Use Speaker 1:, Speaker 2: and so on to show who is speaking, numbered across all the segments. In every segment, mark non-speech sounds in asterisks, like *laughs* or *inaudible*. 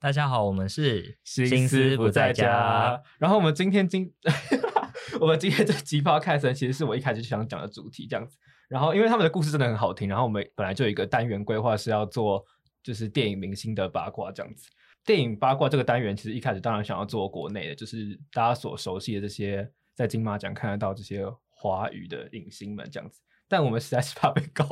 Speaker 1: 大家好，我们是
Speaker 2: 心思不在家。。然后我们今天今， *laughs* 我们今天这集 podcast 呢其实是我一开始就想讲的主题，这样子。然后因为他们的故事真的很好听，然后我们本来就有一个单元规划是要做就是电影明星的八卦这样子。电影八卦这个单元其实一开始当然想要做国内的，就是大家所熟悉的这些在金马奖看得到这些华语的影星们这样子。但我们实在是怕被告，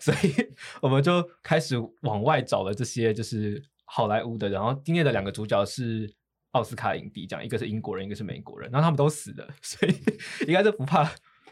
Speaker 2: 所以我们就开始往外找了这些就是好莱坞的。然后今天的两个主角是奥斯卡影帝，这样一个是英国人，一个是美国人。然后他们都死了， *laughs* 所以应该是不怕。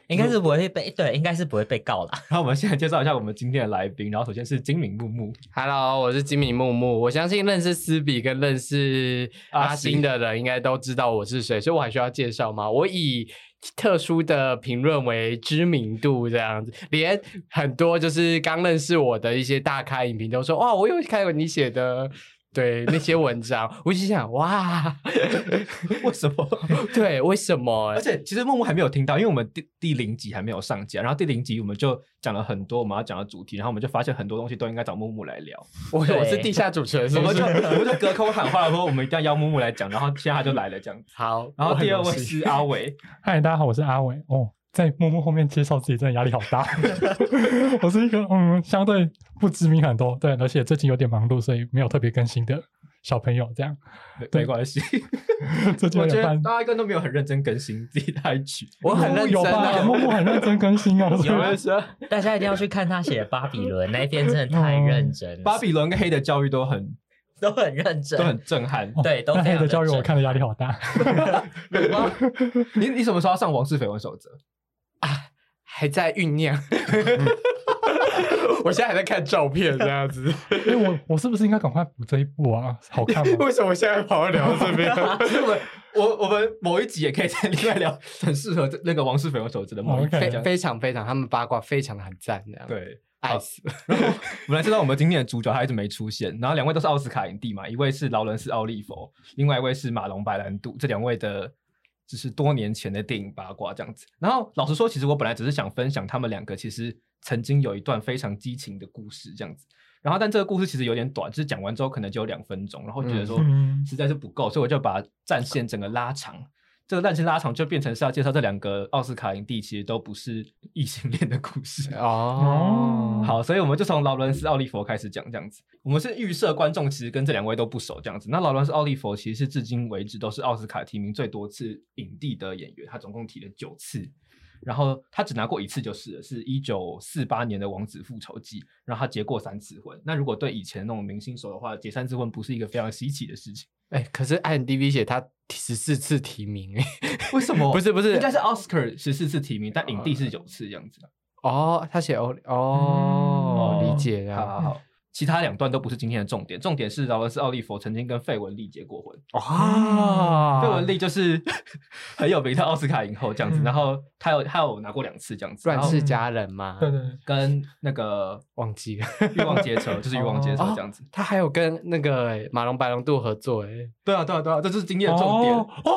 Speaker 1: 应该是不会被对，应该是不会被告啦。
Speaker 2: 然后我们现在介绍一下我们今天的来宾。然后首先是金敏木 *laughs* 木，
Speaker 3: Hello，我是金米木木。我相信认识思比跟认识
Speaker 2: 阿
Speaker 3: 阿星的人，应该都知道我是谁，所以我还需要介绍吗？我以特殊的评论为知名度，这样子，连很多就是刚认识我的一些大咖影评都说：“哇，我有看过你写的。”对 *laughs* 那些文章，我心想哇， *laughs*
Speaker 2: 为什么？ *laughs*
Speaker 3: 对，为什么？
Speaker 2: 而且其实木木还没有听到，因为我们第第零集还没有上架，然后第零集我们就讲了很多我们要讲的主题，然后我们就发现很多东西都应该找木木来聊，
Speaker 3: 我
Speaker 1: 对
Speaker 3: 我是地下主持人，是
Speaker 2: 我
Speaker 3: 不
Speaker 2: 们
Speaker 3: 是
Speaker 2: 就？我们就隔空喊话说我们一定要邀木木来讲，然后现在他就来了这样子。
Speaker 3: 好，
Speaker 2: 然后
Speaker 3: 我很
Speaker 2: 第二
Speaker 3: 荣
Speaker 2: 位
Speaker 3: 幸
Speaker 2: 是阿伟，
Speaker 3: *laughs*
Speaker 4: 嗨，大家好，我是阿伟。哦，在默默后面介绍自己，真的压力好大。 *laughs* 我是一个嗯，相对不知名很多，对，而且最近有点忙碌，所以没有特别更新的小朋友。这样， *laughs*
Speaker 2: 没
Speaker 4: 对
Speaker 2: 没关系，
Speaker 4: 最近
Speaker 2: 我
Speaker 4: 有
Speaker 2: 觉得
Speaker 4: 点烦。
Speaker 2: 大家根本都没有很认真更新自己的 IG，
Speaker 3: 我很认
Speaker 4: 有
Speaker 3: 真
Speaker 4: 吧？
Speaker 3: 啊
Speaker 4: 默默很认真更新啊。所以
Speaker 1: 有啊
Speaker 3: 是啊
Speaker 1: *laughs* 大家一定要去看他写的《巴比伦》那一篇，真的太认真了，
Speaker 2: 巴比伦跟黑的教育都很
Speaker 1: 都很认真，
Speaker 2: 哦都很震撼。
Speaker 1: 对，都
Speaker 4: 哦那
Speaker 1: 非
Speaker 4: 黑
Speaker 1: 常
Speaker 4: 的教育
Speaker 1: 认
Speaker 4: 我
Speaker 1: 真
Speaker 4: 看的压力好大。
Speaker 2: *laughs*
Speaker 4: *laughs*
Speaker 2: 你你什么时候要上王室绯闻守则？
Speaker 3: 还在酝 *laughs* 酿。我现在还在看照片，这样子。
Speaker 4: 哎，我我是不是应该赶快补这一部啊？好看吗？
Speaker 3: 为什么现在跑到聊到这边？
Speaker 2: 啊我我们某一集也可以再另外聊，很适合这那个王室绯闻守则的某一集
Speaker 4: OK
Speaker 2: 这
Speaker 3: 非
Speaker 2: 样。
Speaker 3: 非常非常，他们八卦非常的很赞，这样
Speaker 2: 对，
Speaker 3: 爱死了。
Speaker 2: *laughs* 我们来知道我们今天的主角他一直没出现，然后两位都是奥斯卡影帝嘛，一位是劳伦斯·奥利弗，另外一位是马龙·白兰度，这两位的就是多年前的电影八卦这样子。然后老实说，其实我本来只是想分享他们两个其实曾经有一段非常激情的故事这样子。然后但这个故事其实有点短，就是讲完之后可能只有两分钟，然后觉得说
Speaker 4: 嗯
Speaker 2: 实在是不够，所以我就把战线整个拉长。这个战线拉长就变成是要介绍这两个奥斯卡影帝其实都不是异性恋的故事。
Speaker 3: 哦，
Speaker 2: 好，所以我们就从劳伦斯·奥利弗开始讲，这样子。我们是预设观众其实跟这两位都不熟，这样子。那劳伦斯·奥利弗其实是至今为止都是奥斯卡提名最多次影帝的演员，他总共提了九次，然后他只拿过一次就是了，是一九四八年的《王子复仇记》，然后他结过三次婚。那如果对以前那种明星手的话，结三次婚不是一个非常稀奇的事情。 *laughs*
Speaker 3: 哎，可是 IMDB 写他十四次提名，哎，
Speaker 2: 为什么
Speaker 3: 不是不是
Speaker 2: 应该是啊奥斯卡十四次提名，但影帝是九次这样子。
Speaker 3: 哦，他写哦哦，
Speaker 4: 嗯
Speaker 3: 理解
Speaker 2: 好好
Speaker 3: 了。
Speaker 2: 好， *laughs* 其他两段都不是今天的重点，重点是劳伦斯·奥利弗曾经跟费雯丽结过婚。
Speaker 3: 哦，
Speaker 2: 费雯丽就是 *laughs* 很有名的奥斯卡影后这样子，
Speaker 4: 啊嗯
Speaker 2: 然后她有她有拿过两次这样子，
Speaker 3: 乱
Speaker 2: 然后
Speaker 3: 世佳人嘛，
Speaker 4: 对对对，
Speaker 2: 跟那个
Speaker 3: 忘记了。 *laughs*
Speaker 2: 欲望街车，就是欲望街车
Speaker 4: 哦
Speaker 2: 这样子。
Speaker 3: 他还有跟那个哎马龙白龙度合作，哎，
Speaker 2: 对啊，对啊，对啊，这就是今天的重点。
Speaker 4: 哦哦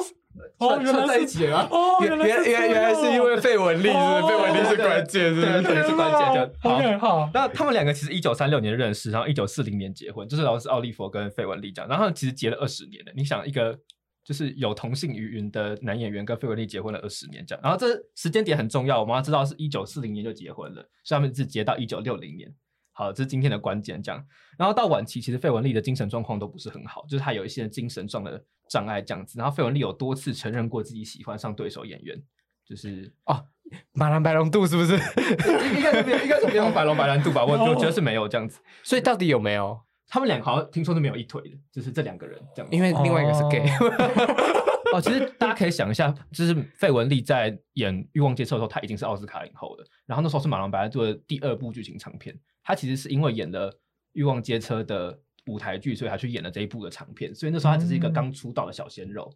Speaker 4: 哦，
Speaker 2: 串
Speaker 4: 原
Speaker 2: 串在
Speaker 4: 来
Speaker 2: 一
Speaker 4: 是
Speaker 2: 起
Speaker 4: *laughs*
Speaker 2: 了。
Speaker 4: 哦，
Speaker 3: 原
Speaker 4: 来
Speaker 3: 原
Speaker 4: 是
Speaker 3: 原原来是因为费雯丽，是不
Speaker 4: 哦
Speaker 3: 是费雯丽是关键，是不
Speaker 2: 对
Speaker 3: 是？
Speaker 2: 对对是关键的好
Speaker 4: OK，好。
Speaker 2: 那他们两个其实一九三六年认识，然后一九四零年结婚，就是劳伦斯·奥利弗跟费雯丽这样。然后他们其实结了二十年的，你想一个就是有同性余云的男演员跟费雯丽结婚了二十年这样。然后这时间点很重要，我们要知道是一九四零年就结婚了，所以他们是结到一九六零年。好，这是今天的关键这样。然后到晚期，其实费雯丽的精神状况都不是很好，就是她有一些精神上的障碍这样子。然后费雯丽有多次承认过自己喜欢上对手演员，就是 *coughs*
Speaker 3: 马龙白龙度是不是？
Speaker 2: 应该是没有，应该是没有白龙白兰度吧，我我觉得是没有这样子。
Speaker 3: 所以到底有没有？
Speaker 2: 他们两个好像听说是没有一腿的，就是这两个人这样。
Speaker 3: 因为另外一个是 gay，、
Speaker 2: 哦，其实大家可以想一下，就是费雯丽在演《欲望街车》的时候，她已经是奥斯卡影后了。然后那时候是马龙白兰度的第二部剧情长片，她其实是因为演了《欲望街车》的舞台剧，所以她去演了这一部的长片。所以那时候她只是一个刚出道的小鲜肉，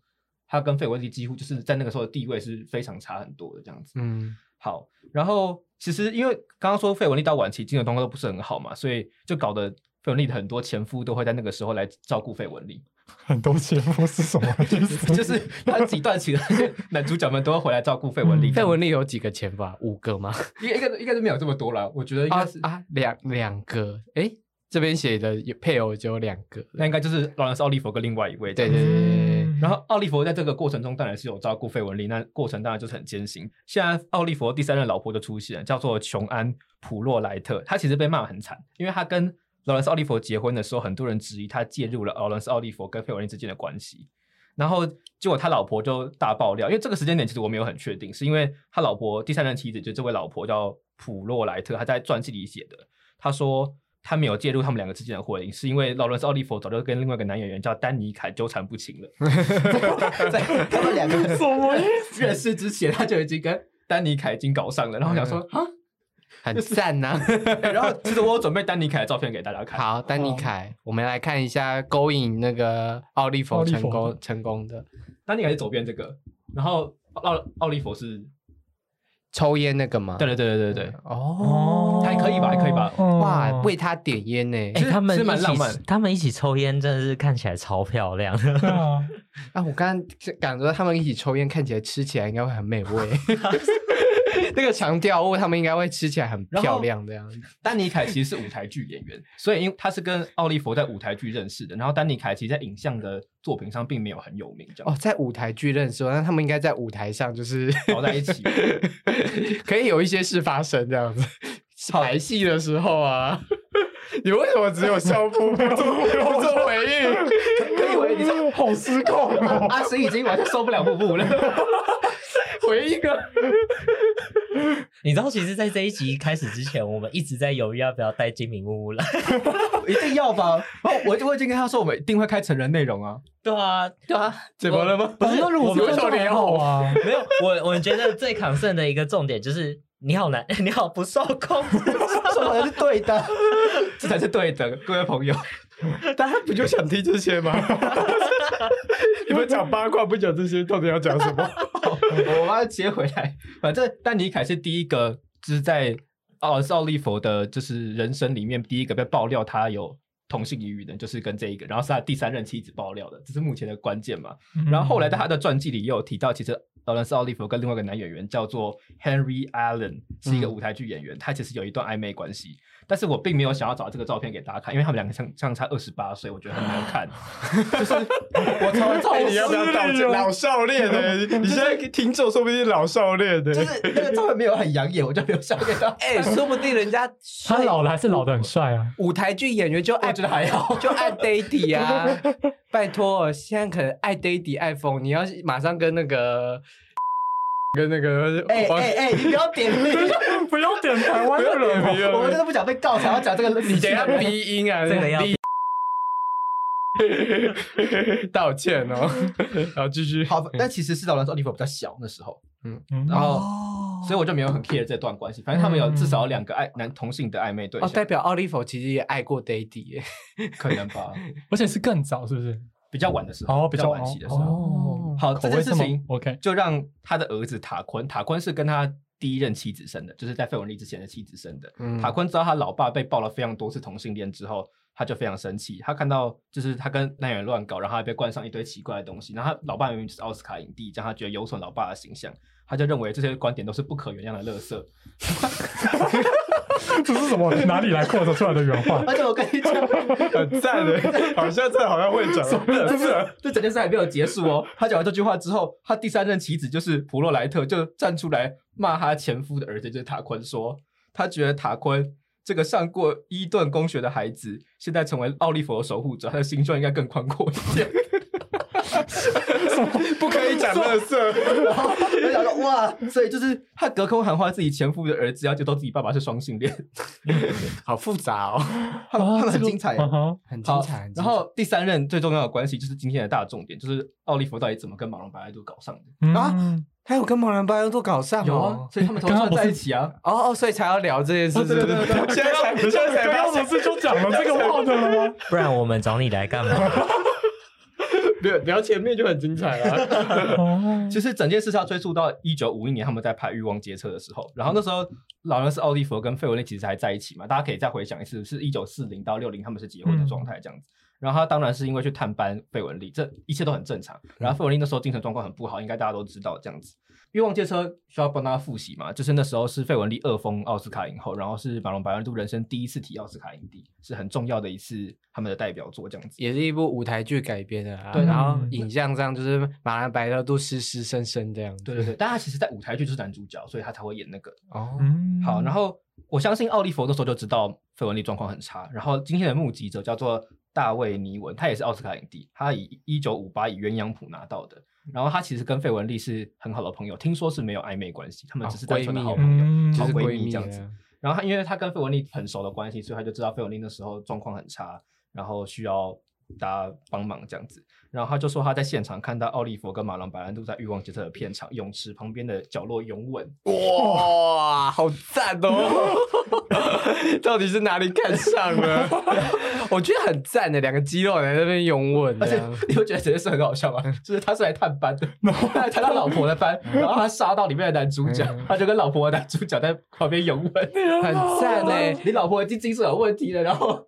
Speaker 2: 她跟费雯丽几乎就是在那个时候的地位是非常差很多的这样子。
Speaker 3: 嗯，
Speaker 2: 好，然后其实因为刚刚说费雯丽到晚期精神状况都不是很好嘛，所以就搞得费雯丽的很多前夫都会在那个时候来照顾费雯丽，
Speaker 4: 很多节目是什么意思？
Speaker 2: *laughs* 就是他几段情的男主角们都会回来照顾费雯丽。
Speaker 3: 费雯丽有几个前夫啊？五个吗？
Speaker 2: 应该应该应该是没有这么多了，我觉得应
Speaker 3: 啊
Speaker 2: 该是
Speaker 3: 啊，两两个，诶，这边写的有配偶只有两个，
Speaker 2: 那应该就是劳伦斯奥利弗跟另外一位这样
Speaker 3: 对对
Speaker 2: 子。
Speaker 3: 对对
Speaker 4: 嗯
Speaker 2: 然后奥利弗在这个过程中当然是有照顾费雯丽，那过程当然就是很艰辛。现在奥利弗第三任老婆就出现了，叫做琼安·普洛莱特，她其实被骂得很惨，因为她跟劳伦斯奥利弗结婚的时候，很多人质疑她介入了劳伦斯奥利弗跟费雯丽之间的关系。然后结果他老婆就大爆料，因为这个时间点其实我没有很确定，是因为他老婆第三任妻子就这位老婆叫普洛莱特，她在传记里写的，她说。她没有介入他们两个之间的婚姻，是因为劳伦斯·奥利弗早就跟另外一个男演员叫丹尼凯纠缠不清 *laughs* 了。 *laughs* 在他们两个人
Speaker 4: 什么意
Speaker 2: 认识之前，他就已经跟丹尼凯已经搞上了。然后我想说啊、
Speaker 3: 很赞呐、
Speaker 2: 欸然后其实我有准备丹尼凯的照片给大家看。
Speaker 3: 好，丹尼凯，我们来看一下勾引那个奥利
Speaker 4: 奥
Speaker 3: 弗
Speaker 4: 利弗
Speaker 3: 成功成功的
Speaker 2: 丹尼凯是左边这个，然后奥奥利弗是，
Speaker 3: 抽烟那个吗？
Speaker 2: 对对对对对对，
Speaker 3: 哦，
Speaker 2: 还可以吧还可以吧
Speaker 4: 哦
Speaker 3: 哇，为他点烟呢、
Speaker 2: 其
Speaker 1: 哎、
Speaker 2: 实
Speaker 1: 他们一
Speaker 2: 其实蛮
Speaker 1: 起
Speaker 2: 浪漫
Speaker 1: 他们一起抽烟，真的是看起来超漂亮。 *laughs*
Speaker 4: 对啊，
Speaker 3: 啊，我刚刚感觉到他们一起抽烟，看起来吃起来应该会很美味。那个长调哦物，他们应该会吃起来很漂亮的样子。
Speaker 2: 丹尼凯其实是舞台剧演员，所以因为他是跟奥利弗在舞台剧认识的，然后丹尼凯其实在影像的作品上并没有很有名，这样
Speaker 3: 哦，在舞台剧认识哦，那他们应该在舞台上就是
Speaker 2: 搞在一 *laughs* 起。
Speaker 3: 可以有一些事发生这 *laughs* 样子。排戏的时候啊， *laughs* 你为什么只有笑不不 *laughs* 做不做回 *laughs* 应？
Speaker 2: 我以为你说
Speaker 4: 哎好失控哦。
Speaker 2: 阿星已经完全受不了瀑 *laughs* 布了，
Speaker 3: 回应啊！
Speaker 1: 你知道，其实，在这一集开始之前，我们一直在犹豫要不要带金明木木来。
Speaker 2: 一定要吧？然后哦我就我已经跟他说，我们一定会开成人内容啊。
Speaker 1: 对啊，
Speaker 2: *laughs* *laughs* 对啊，
Speaker 3: 怎么了吗？
Speaker 4: 不是
Speaker 3: 我
Speaker 4: 乳
Speaker 3: 们
Speaker 4: 酸
Speaker 3: 有
Speaker 4: 还
Speaker 3: 点
Speaker 4: 好
Speaker 3: 好啊。
Speaker 4: 啊，
Speaker 1: 没有我，我觉得最 concern 的一个重点就是你好难，你好不受控制。
Speaker 2: 说的是对的， *laughs* 这才是对的，各位 *laughs* 朋友。
Speaker 3: 大家不就想听这些吗？ *laughs* 你们讲八卦不讲这些，到底要讲什么？
Speaker 2: *laughs* 我把它接回来。反正丹尼凯是第一个，就是在奥是奥利弗的，就是人生里面第一个被爆料他有同性抑郁的，就是跟这一个，然后是他第三任妻子爆料的，这是目前的关键嘛。
Speaker 3: 嗯
Speaker 2: 然后后来在他的传记里也有提到，其实劳伦斯奥利弗跟另外一个男演员叫做 Henry Allen，是一个
Speaker 3: 嗯
Speaker 2: 舞台剧演员，他其实有一段暧昧关系，但是我并没有想要找这个照片给大家看，因为他们两个相相差二十八岁，我觉得很难
Speaker 3: *laughs*
Speaker 2: 看。就是我超超
Speaker 3: *laughs* 哎你要不要道歉？老少恋呢？ *laughs* 你现在听众说不定老少欸恋呢。
Speaker 2: 就是那个照片没有很养眼，我就没有想给他。
Speaker 3: 哎，说不定人家
Speaker 4: 他老了还是老的很帅啊。
Speaker 3: 舞台剧演员就爱
Speaker 2: 我觉得还好
Speaker 3: *laughs* 就爱 daddy *laughs* 啊！拜托，现在可能爱 daddy 爱疯，你要马上跟那个 *laughs* 跟那个
Speaker 2: 哎
Speaker 3: 黄
Speaker 2: 哎
Speaker 3: *laughs*
Speaker 2: 哎，你不要点名，
Speaker 4: 不要点 *laughs* 台湾
Speaker 3: 不要脸皮
Speaker 2: 我们真的不想被告，才要讲这个。
Speaker 3: 哦你等一下鼻音 *laughs* 啊，
Speaker 1: 这个要
Speaker 3: 逼道歉哦， *laughs* 然后继续
Speaker 2: 好，但其实是老人说利弗比较小那时候，
Speaker 4: 嗯
Speaker 2: 然后所以我就没有很 care 这段关系。反正他们有
Speaker 4: 嗯
Speaker 2: 至少两个爱男同性的暧昧对
Speaker 3: 哦，代
Speaker 2: 象，
Speaker 3: 表奥利弗其实也爱过 daddy 耶
Speaker 2: 可能吧，
Speaker 4: 而且是更早，是不是？
Speaker 2: 比较晚的时候，
Speaker 4: 哦，
Speaker 2: 比
Speaker 4: 较
Speaker 2: 较晚期的时候。
Speaker 4: 哦，
Speaker 2: 好，
Speaker 4: 口
Speaker 2: 这
Speaker 4: 味
Speaker 2: 件
Speaker 4: 这
Speaker 2: 事
Speaker 4: 么
Speaker 2: 情
Speaker 4: OK，
Speaker 2: 就让他的儿子塔昆，塔昆是跟他第一任妻子生的，就是在费雯丽之前的妻子生的。
Speaker 3: 嗯
Speaker 2: 塔昆知道他老爸被爆了非常多次同性恋之后，他就非常生气。他看到就是他跟男演员乱搞，然后还被冠上一堆奇怪的东西。然后他老爸明明就是奥斯卡影帝，这样他觉得有损老爸的形象，他就认为这些观点都是不可原谅的垃圾。
Speaker 4: *laughs* 这是什么？哪里来扩得出来的原
Speaker 2: *laughs*
Speaker 4: 话？
Speaker 2: *laughs* 而且我跟你讲，
Speaker 3: *laughs* 很赞欸的，好像这好像会 *laughs* 讲，
Speaker 2: 这是这整件事还没有结束哦。他讲完这句话之后，他第三任妻子就是普洛莱特就站出来骂他前夫的儿子，就是塔昆说，他觉得塔昆这个上过伊顿公学的孩子，现在成为奥利弗的守护者，他的心胸应该更宽阔一
Speaker 3: *laughs*
Speaker 2: 点。
Speaker 3: 不可以讲
Speaker 2: *laughs*
Speaker 3: 乐色。
Speaker 2: 然后我就想说，哇，所以就是他隔空喊话自己前夫的儿子，要接受自己爸爸是双性恋，
Speaker 3: *laughs*
Speaker 2: *laughs*
Speaker 3: 好复杂哦，
Speaker 2: 他们他们
Speaker 4: 这
Speaker 2: 很
Speaker 4: 个
Speaker 2: 精彩。
Speaker 4: 嗯哼
Speaker 3: 很精
Speaker 2: 好
Speaker 3: 彩。很精彩
Speaker 2: 然后第三任最重要的关系就是今天的大重点，就是奥利弗到底怎么跟马龙白兰度搞上的？
Speaker 3: 啊
Speaker 4: 嗯，
Speaker 3: 还有跟毛人巴又都搞上
Speaker 2: 有啊，所以他
Speaker 3: *laughs*
Speaker 2: 们头
Speaker 4: 刚
Speaker 2: 上
Speaker 4: 刚不
Speaker 2: 在
Speaker 4: 是
Speaker 2: 一起啊。
Speaker 3: 哦哦，所以才要聊这件事，是不是？现在才现在才
Speaker 4: 刚
Speaker 3: 发
Speaker 4: 刚不
Speaker 3: 现，
Speaker 4: 是就讲了这个话的了吗？
Speaker 1: *laughs* 不然我们找你来干嘛？
Speaker 3: 聊聊前面就很精彩了。
Speaker 2: *laughs*
Speaker 4: 哦，
Speaker 2: 其实整件事是要追溯到一九五一年他们在拍《欲望街车》的时候，然后那时候老人是奥利弗跟费雯丽其实还在一起嘛，大家可以再回想一次，是一九四零到六零他们是结婚的状态这样子。然后他当然是因为去探班费雯丽，这一切都很正常。然后费雯丽那时候精神状况很不好，应该大家都知道这样子。欲望街车需要帮他复习嘛？就是那时候是费雯丽二封奥斯卡影后，然后是马龙白兰度人生第一次提奥斯卡影帝，是很重要的一次他们的代表作这样子。
Speaker 3: 也是一部舞台剧改编的啊。
Speaker 2: 对
Speaker 3: 然后
Speaker 4: 嗯
Speaker 3: 影像上就是马兰白乐都湿湿生生这样子。
Speaker 2: 对对对，但他其实在舞台剧就是男主角，所以他才会演那个。
Speaker 3: 哦，
Speaker 4: 嗯，
Speaker 2: 好，然后我相信奥利弗那时候就知道费雯丽状况很差。然后今天的目击者叫做大卫·尼文，他也是奥斯卡影帝，他以一九五八以鸳鸯谱拿到的。
Speaker 4: 嗯
Speaker 2: 然后他其实跟费雯丽是很好的朋友，听说是没有暧昧关系，他
Speaker 4: 啊
Speaker 2: 们只是单纯的好朋友，
Speaker 4: 嗯，
Speaker 2: 好
Speaker 3: 就是
Speaker 2: 闺
Speaker 3: 闺
Speaker 2: 蜜
Speaker 3: 蜜
Speaker 2: 这样子
Speaker 3: 啊。
Speaker 2: 然后他因为他跟费雯丽很熟的关系，所以他就知道费雯丽那时候状况很差，然后需要大家帮忙这样子。然后他就说他在现场看到奥利弗跟马龙白兰度在《欲望街车》的片场泳池旁边的角落拥吻，
Speaker 3: 哇，好赞哦！到底是哪里看上了？我觉得很赞的，两个肌肉男在那边拥吻
Speaker 2: 而
Speaker 3: 这
Speaker 2: 且
Speaker 3: 样。
Speaker 2: 你不觉得这件事很好笑吗？就是他是来探班的，然后他来探他老婆的班，然后他杀到里面的男主角
Speaker 3: 嗯，
Speaker 2: 他就跟老婆的男主角在旁边拥吻，
Speaker 3: 很赞欸
Speaker 2: 你老婆已经精神有问题了，然后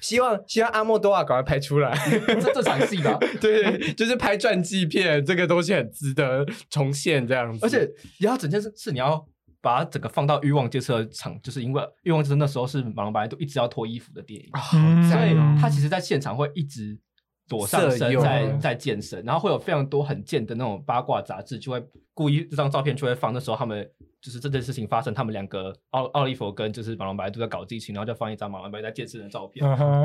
Speaker 3: 希望希望阿莫多瓦赶快拍出来。
Speaker 2: 这这场戏吧。
Speaker 3: 对，就是拍传记片这个东西很值得重现这样子。
Speaker 2: 而且你要整件事是你要把它整个放到欲望街车的场，就是因为欲望街车那时候是马龙白兰度一直要脱衣服的电影，
Speaker 4: 嗯
Speaker 2: 所
Speaker 3: 赞
Speaker 2: 以
Speaker 3: 哦
Speaker 2: 他其实在现场会一直。躲上
Speaker 3: 色
Speaker 2: 身
Speaker 3: 诱
Speaker 2: 在在健身，然后会有非常多很贱的那种八卦杂志，就会故意这张照片就会放那时候他们就是这件事情发生，他们两个奥奥利弗跟就是马龙白兰度在搞激情，然后就放一张马龙白兰度在健身的照
Speaker 3: *laughs*
Speaker 2: 片，*laughs*
Speaker 4: 嗯哼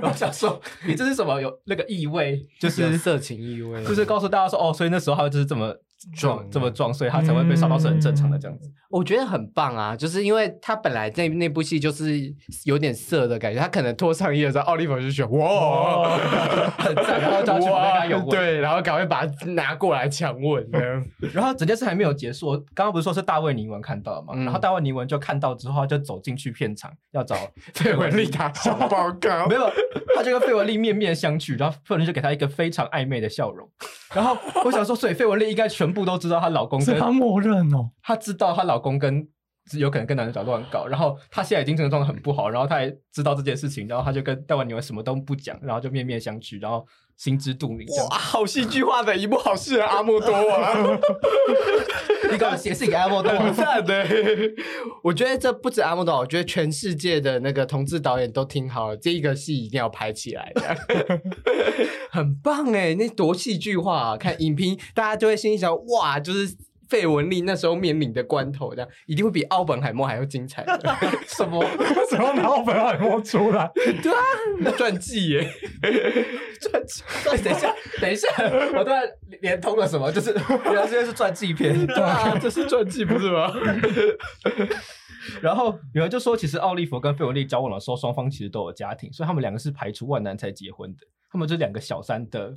Speaker 2: 然后想说你这是什么有那个意味，就是
Speaker 3: 有色情意味，
Speaker 2: 就是告诉大家说，哦，所以那时候他就是这么
Speaker 3: 壮嗯
Speaker 2: 这么壮，所以他才会被烧到是很正常的这样子。
Speaker 3: 我觉得很棒啊，就是因为他本来那那部戏就是有点色的感觉，他可能脱上衣的时候，奥利弗就觉得哇， *laughs*
Speaker 2: 很赞然后就要去旁边跟他拥吻
Speaker 3: 哦哇对，然后赶快把它拿过来强吻这 *laughs* 样。
Speaker 2: 然后整件事还没有结束，刚刚不是说是大卫尼文看到了嘛？
Speaker 3: 嗯
Speaker 2: 然后大卫尼文就看到之后，他就走进去片场要找
Speaker 3: *laughs* 费雯丽打小报告
Speaker 2: 没，有，他就跟费雯丽面面相觑，然后费雯丽就给他一个非常暧昧的笑容。 *laughs* 然后我想说，所以费雯丽应该全部都知道她老公
Speaker 4: 是
Speaker 2: 跟
Speaker 4: 他默
Speaker 2: *laughs*
Speaker 4: 认哦，
Speaker 2: 她知道她老公跟有可能跟男主角乱搞，然后她现在已经精神状况很不好，然后她也知道这件事情，然后她就跟戴万女儿什么都不讲，然后就面面相觑，然后心知肚明。这样
Speaker 3: 哇，好戏剧化的一幕，好适合阿莫多瓦。
Speaker 2: *laughs* 你刚刚写信给艾
Speaker 3: *laughs*
Speaker 2: 莫多
Speaker 3: 很赞的。 *laughs* 我觉得这不止阿莫多瓦，我觉得全世界的那个同志导演都听好了，这一个戏一定要拍起来，这样很棒哎，那多戏剧化啊！看影评，大家就会心里想，哇，就是。费雯丽那时候面临的关头，这样一定会比奥本海默还要精 *laughs* 彩的。
Speaker 2: 什么？
Speaker 4: 为什么拿我本海默出来？
Speaker 3: 对啊，传记耶，
Speaker 2: *laughs* 传记？等一下，等一下，我突然连通了什么？就是原来这边是传记片。
Speaker 3: *laughs* 对啊，这是传记不是吗？
Speaker 2: *laughs* 然后有人就说，其实奥利弗跟费雯丽交往的时候，双方其实都有家庭，所以他们两个是排除万难才结婚的。他们就两个小三的，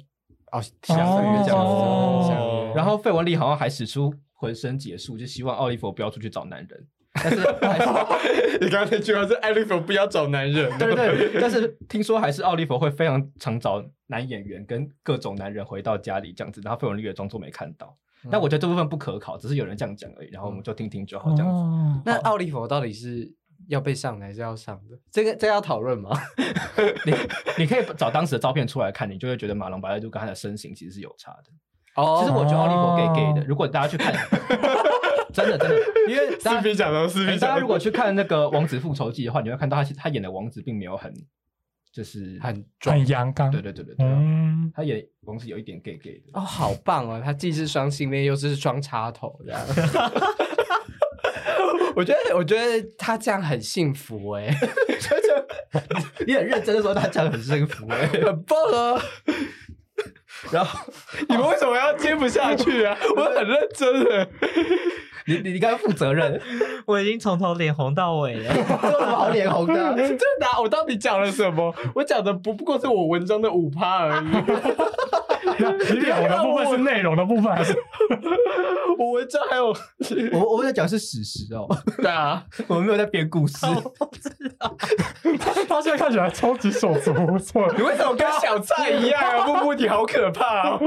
Speaker 3: 哦，
Speaker 2: 相遇这样子
Speaker 4: 哦
Speaker 2: 然后费雯丽好像还使出浑身解数，就希望奥利弗不要出去找男人。但是还是
Speaker 3: 你刚刚那句话是艾利弗不要找男人，
Speaker 2: *laughs* 对对对，但是听说还是奥利弗会非常常找男演员跟各种男人回到家里这样子，然后费雯丽也装作没看到。但我觉得这部分不可考，只是有人这样讲而已，然后我们就听听就好这样子。
Speaker 4: 哦，
Speaker 3: 那奥利弗到底是要被上的还是要上的？这个这个要讨论吗？
Speaker 2: 你可以找当时的照片出来看，你就会觉得马龙白兰度跟他的身形其实是有差的。
Speaker 3: 哦
Speaker 2: 其实我觉得奥利弗
Speaker 4: 哦
Speaker 2: gay gay 的，如果大家去看， *laughs* 真的真的，因为大家。
Speaker 3: 讲的，私
Speaker 2: 哎大家如果去看那个《王子复仇记》的话，你会看到他其他演的王子并没有很，就是
Speaker 3: 很壮
Speaker 4: 很阳刚，
Speaker 2: 对对对对对啊、
Speaker 4: 嗯，
Speaker 2: *laughs* 他演王子有一点 gay gay 的。
Speaker 3: 哦，好棒哦！他既是双性恋，又是双插头，
Speaker 2: *laughs*
Speaker 3: 这样。我觉得，我觉得他这样很幸福哎、
Speaker 2: *laughs* 你很认真的说他讲得很幸福哎、
Speaker 3: 很棒啊！
Speaker 2: 然后
Speaker 3: 你们为什么要接不下去啊？ *laughs* 我很认真欸的。
Speaker 2: 你你你该负责任，
Speaker 1: 我已经从头脸红到尾 *laughs* 了。
Speaker 2: 这有什么好脸红的啊？
Speaker 3: 这哪？我到底讲了什么？我讲的不不过是我文章的五趴
Speaker 2: *laughs*
Speaker 3: 而已。
Speaker 4: 那你脸的部分是内容的部分还是？
Speaker 3: 我文章还有
Speaker 2: 我我在讲是史实哦，
Speaker 3: 对 *laughs* 啊，
Speaker 2: 我们没有在编故事。
Speaker 4: *laughs* 他现在看起来超级手足无措。
Speaker 3: 你为什么跟小蔡一样啊？布布，你好可怕哦！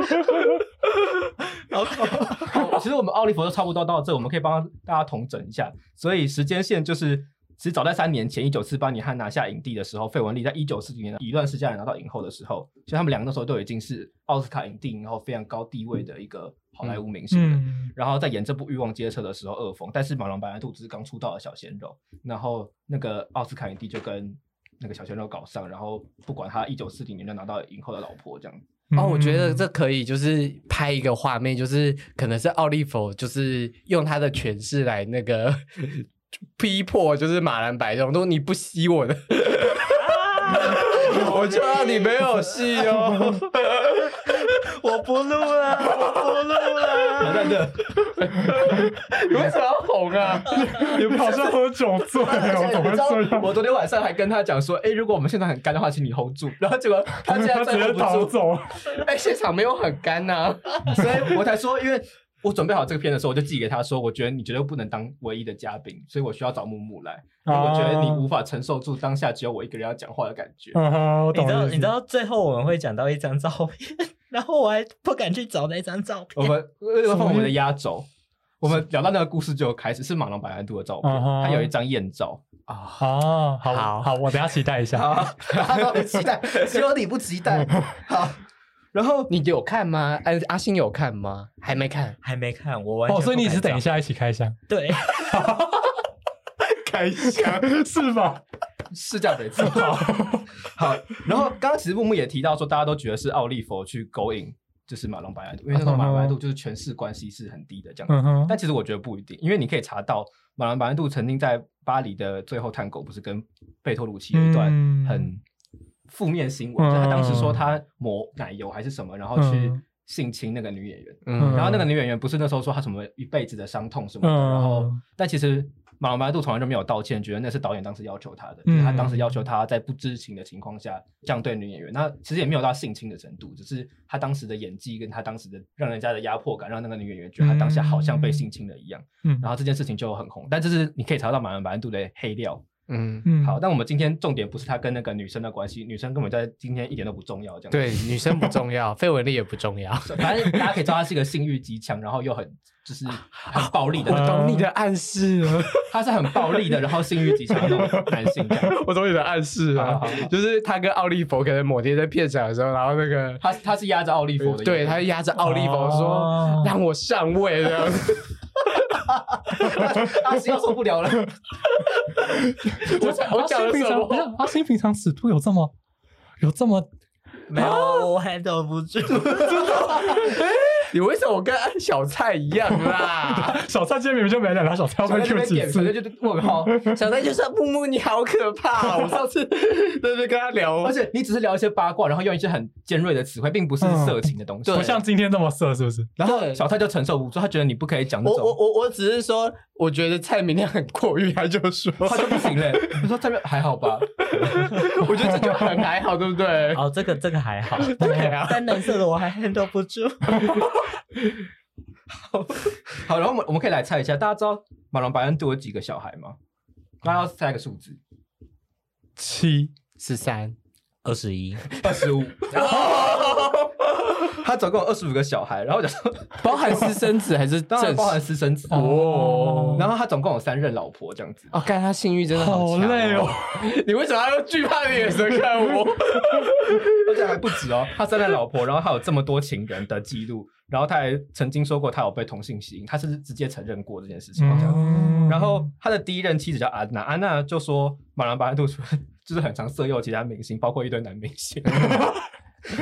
Speaker 2: 其实我们奥利弗都差不多到这，我们可以帮大家统整一下。所以时间线就是其实早在三年前，一九四八年他拿下影帝的时候，费雯丽在一九四九年的《以乱世佳人》拿到影后的时候，其实他们两个那时候都已经是奥斯卡影帝影后非常高地位的一个好莱坞明星了。
Speaker 4: 嗯，
Speaker 2: 然后在演这部《欲望街车》的时候，恶逢，但是马龙白兰度只是刚出道的小鲜肉，然后那个奥斯卡影帝就跟那个小鲜肉搞上，然后不管他一九四零年就拿到影后的老婆这样。
Speaker 3: *laughs* *laughs* 哦，我觉得
Speaker 4: 嗯
Speaker 3: 这可以就是拍一个画面，就是可能是奥利弗，就是用他的诠释来那个 *laughs* 逼迫，就是马兰白这种，说你不吸我的，
Speaker 1: 啊
Speaker 3: *laughs* 我就让你没有戏哦。
Speaker 1: *laughs* 我不录了，
Speaker 3: *laughs*
Speaker 1: 我不录了。
Speaker 2: 真的，
Speaker 3: 你为什么要红啊？
Speaker 4: 你们好像喝酒
Speaker 2: *laughs*
Speaker 4: 醉哦，我怎么会这样？
Speaker 2: 我昨天晚上还跟他讲说，哎，如果我们现场很干的话，请你 hold 住。然后结果他现在
Speaker 4: *laughs* 他直
Speaker 2: 再
Speaker 4: 接
Speaker 2: hold
Speaker 4: 逃
Speaker 2: 不住，
Speaker 4: 走，
Speaker 3: 哎、现场没有很干呐、
Speaker 2: 所以我才说，因为我准备好这个片的时候，我就寄给他说，我觉得你绝对不能当唯一的嘉宾，所以我需要找木木来，因为我觉得你无法承受住当下只有我一个人要讲话的感觉。
Speaker 4: 啊嗯哼，我
Speaker 1: 你
Speaker 4: 懂
Speaker 1: 知道，
Speaker 4: 意思
Speaker 1: 你知道最后我们会讲到一张照片， *laughs* 然后我还不敢去找那张照
Speaker 2: 我
Speaker 1: 片。
Speaker 2: 们那个放我们的压轴，我们聊到那个故事就开始是马龙白兰度的照片，
Speaker 4: 嗯哼
Speaker 2: 他有一张艳照
Speaker 3: 啊，
Speaker 4: 哦，好
Speaker 3: 好
Speaker 4: 好，我等下期待一下。
Speaker 2: 啊， *laughs* 大家都期
Speaker 4: *laughs*
Speaker 2: 待，只有你不期待。好，然后
Speaker 3: 你有看吗？安阿星有看吗？还没看，
Speaker 1: 还没看，我完全
Speaker 4: 哦，所以你
Speaker 1: 不敢
Speaker 4: 是等一
Speaker 1: 找
Speaker 4: 下一起
Speaker 1: *laughs*
Speaker 4: 开箱，
Speaker 1: 对，
Speaker 2: 开箱
Speaker 4: 是吧？
Speaker 2: 是这样没错。 *laughs* 好，然后刚刚其实木木也提到说，大家都觉得是奥利弗去勾引，就是马龙白兰度，因为那时候马龙白兰度就是权势关系是很低的这样子。
Speaker 4: 嗯哼，
Speaker 2: 但其实我觉得不一定，因为你可以查到马兰白兰度曾经在巴黎的最后探戈，不是跟贝托鲁奇有一段
Speaker 4: 嗯
Speaker 2: 很负面新闻，就他当时说他抹奶油还是什么，然后去
Speaker 4: 嗯
Speaker 2: 性侵那个女演员，
Speaker 3: 嗯
Speaker 2: 然后那个女演员不是那时候说她什么一辈子的伤痛什么的，
Speaker 4: 嗯
Speaker 2: 然后但其实。马龙白兰度从来就没有道歉，觉得那是导演当时要求他的，就是他当时要
Speaker 4: 嗯
Speaker 2: 求他在不知情的情况下这样对女演员，那其实也没有到性侵的程度，只是他当时的演技跟他当时的让人家的压迫感，让那个女演员觉得他当下好像被性侵了一样。
Speaker 4: 嗯
Speaker 2: 然后这件事情就很红，但这是你可以查到马兰白兰度的黑料。
Speaker 3: 嗯，
Speaker 4: 嗯
Speaker 2: 好，，但我们今天重点不是他跟那个女生的关系，女生根本在今天一点都不重要，这样。
Speaker 3: 对，女生不重 *laughs* 要，绯闻丽也不重要。
Speaker 2: 反正大家可以知道他是一个性欲极强，然后又很就是很暴力的那
Speaker 4: 我
Speaker 2: 种，
Speaker 4: 懂你的
Speaker 3: 暗示了，
Speaker 2: 他是很暴力的，然后性欲极强的那种男性这样。
Speaker 3: *laughs* 我懂你的暗示
Speaker 2: 好
Speaker 3: 了
Speaker 2: 好好，
Speaker 3: 就是他跟奥利弗可能某天在片场的时候，然后那个
Speaker 2: 他他是压着奥利弗的，
Speaker 3: 对他压着奥利弗说
Speaker 4: 哦
Speaker 3: 让我上位这样子，
Speaker 2: 阿星要受不了了。
Speaker 3: *laughs* 我 *laughs* 讲我讲
Speaker 4: 阿
Speaker 3: 了
Speaker 4: 星平
Speaker 3: 什
Speaker 4: 常不是
Speaker 3: 么？
Speaker 4: 阿星平常尺度有这么有这么
Speaker 1: 没有，我 handle 不住。
Speaker 3: 你为什么跟小菜一样啊 *laughs* 啦？
Speaker 4: *laughs* 小蔡今天明明就没来，然后小蔡要
Speaker 2: 小
Speaker 4: 被
Speaker 2: 在
Speaker 4: Q
Speaker 2: 那边
Speaker 4: 几
Speaker 2: 点，小
Speaker 4: 次
Speaker 2: 在？就是问号。
Speaker 3: 小菜就说木木你好可怕哦，我上次 *laughs* 在那边跟他聊
Speaker 2: 而，且你只是聊一些八卦，然后用一些很尖锐的词汇，并不是色情的东西。
Speaker 3: 对
Speaker 4: 不像今天这么色，是不是？
Speaker 2: 然后
Speaker 3: 对
Speaker 2: 小蔡就承受不住，他觉得你不可以讲那
Speaker 3: 我
Speaker 2: 种。
Speaker 3: 我我我只是说，我觉得蔡明亮很过誉，他就说，
Speaker 2: 他就不行了。你说这边还好吧？
Speaker 3: *laughs* 我觉得这就很还好，对不对？
Speaker 1: 哦，这个这个还好，
Speaker 3: 对啊
Speaker 1: 但蓝色的我还 handle 不住。
Speaker 2: 好，然后我们我们可以来猜一下，大家知道马龙白兰度有几个小孩吗？大家要猜个数字，
Speaker 4: 七
Speaker 3: 十三，
Speaker 1: *laughs* 二十一，
Speaker 2: 二十五。 *laughs* 他总共有二十五个小孩，然后我就说，
Speaker 3: 包含私生子还是
Speaker 2: 当然
Speaker 3: 正
Speaker 2: 包含
Speaker 3: 室
Speaker 2: 私生子。
Speaker 3: 哦
Speaker 2: 然后他总共有三任老婆这样子。
Speaker 3: 哦，看他性欲真的
Speaker 4: 好
Speaker 3: 强
Speaker 4: 累哦。
Speaker 3: 你为什么要用惧怕的眼神看我？
Speaker 2: 而且还不止哦，他三任老婆，然后他有这么多情人的记录，然后他还曾经说过他有被同性吸引，他是直接承认过这件事情这样子。
Speaker 4: 嗯
Speaker 2: 然后他的第一任妻子叫安娜，安娜就说马兰白兰度说就是很常色诱其他明星，包括一堆男明
Speaker 4: *laughs*
Speaker 2: 星。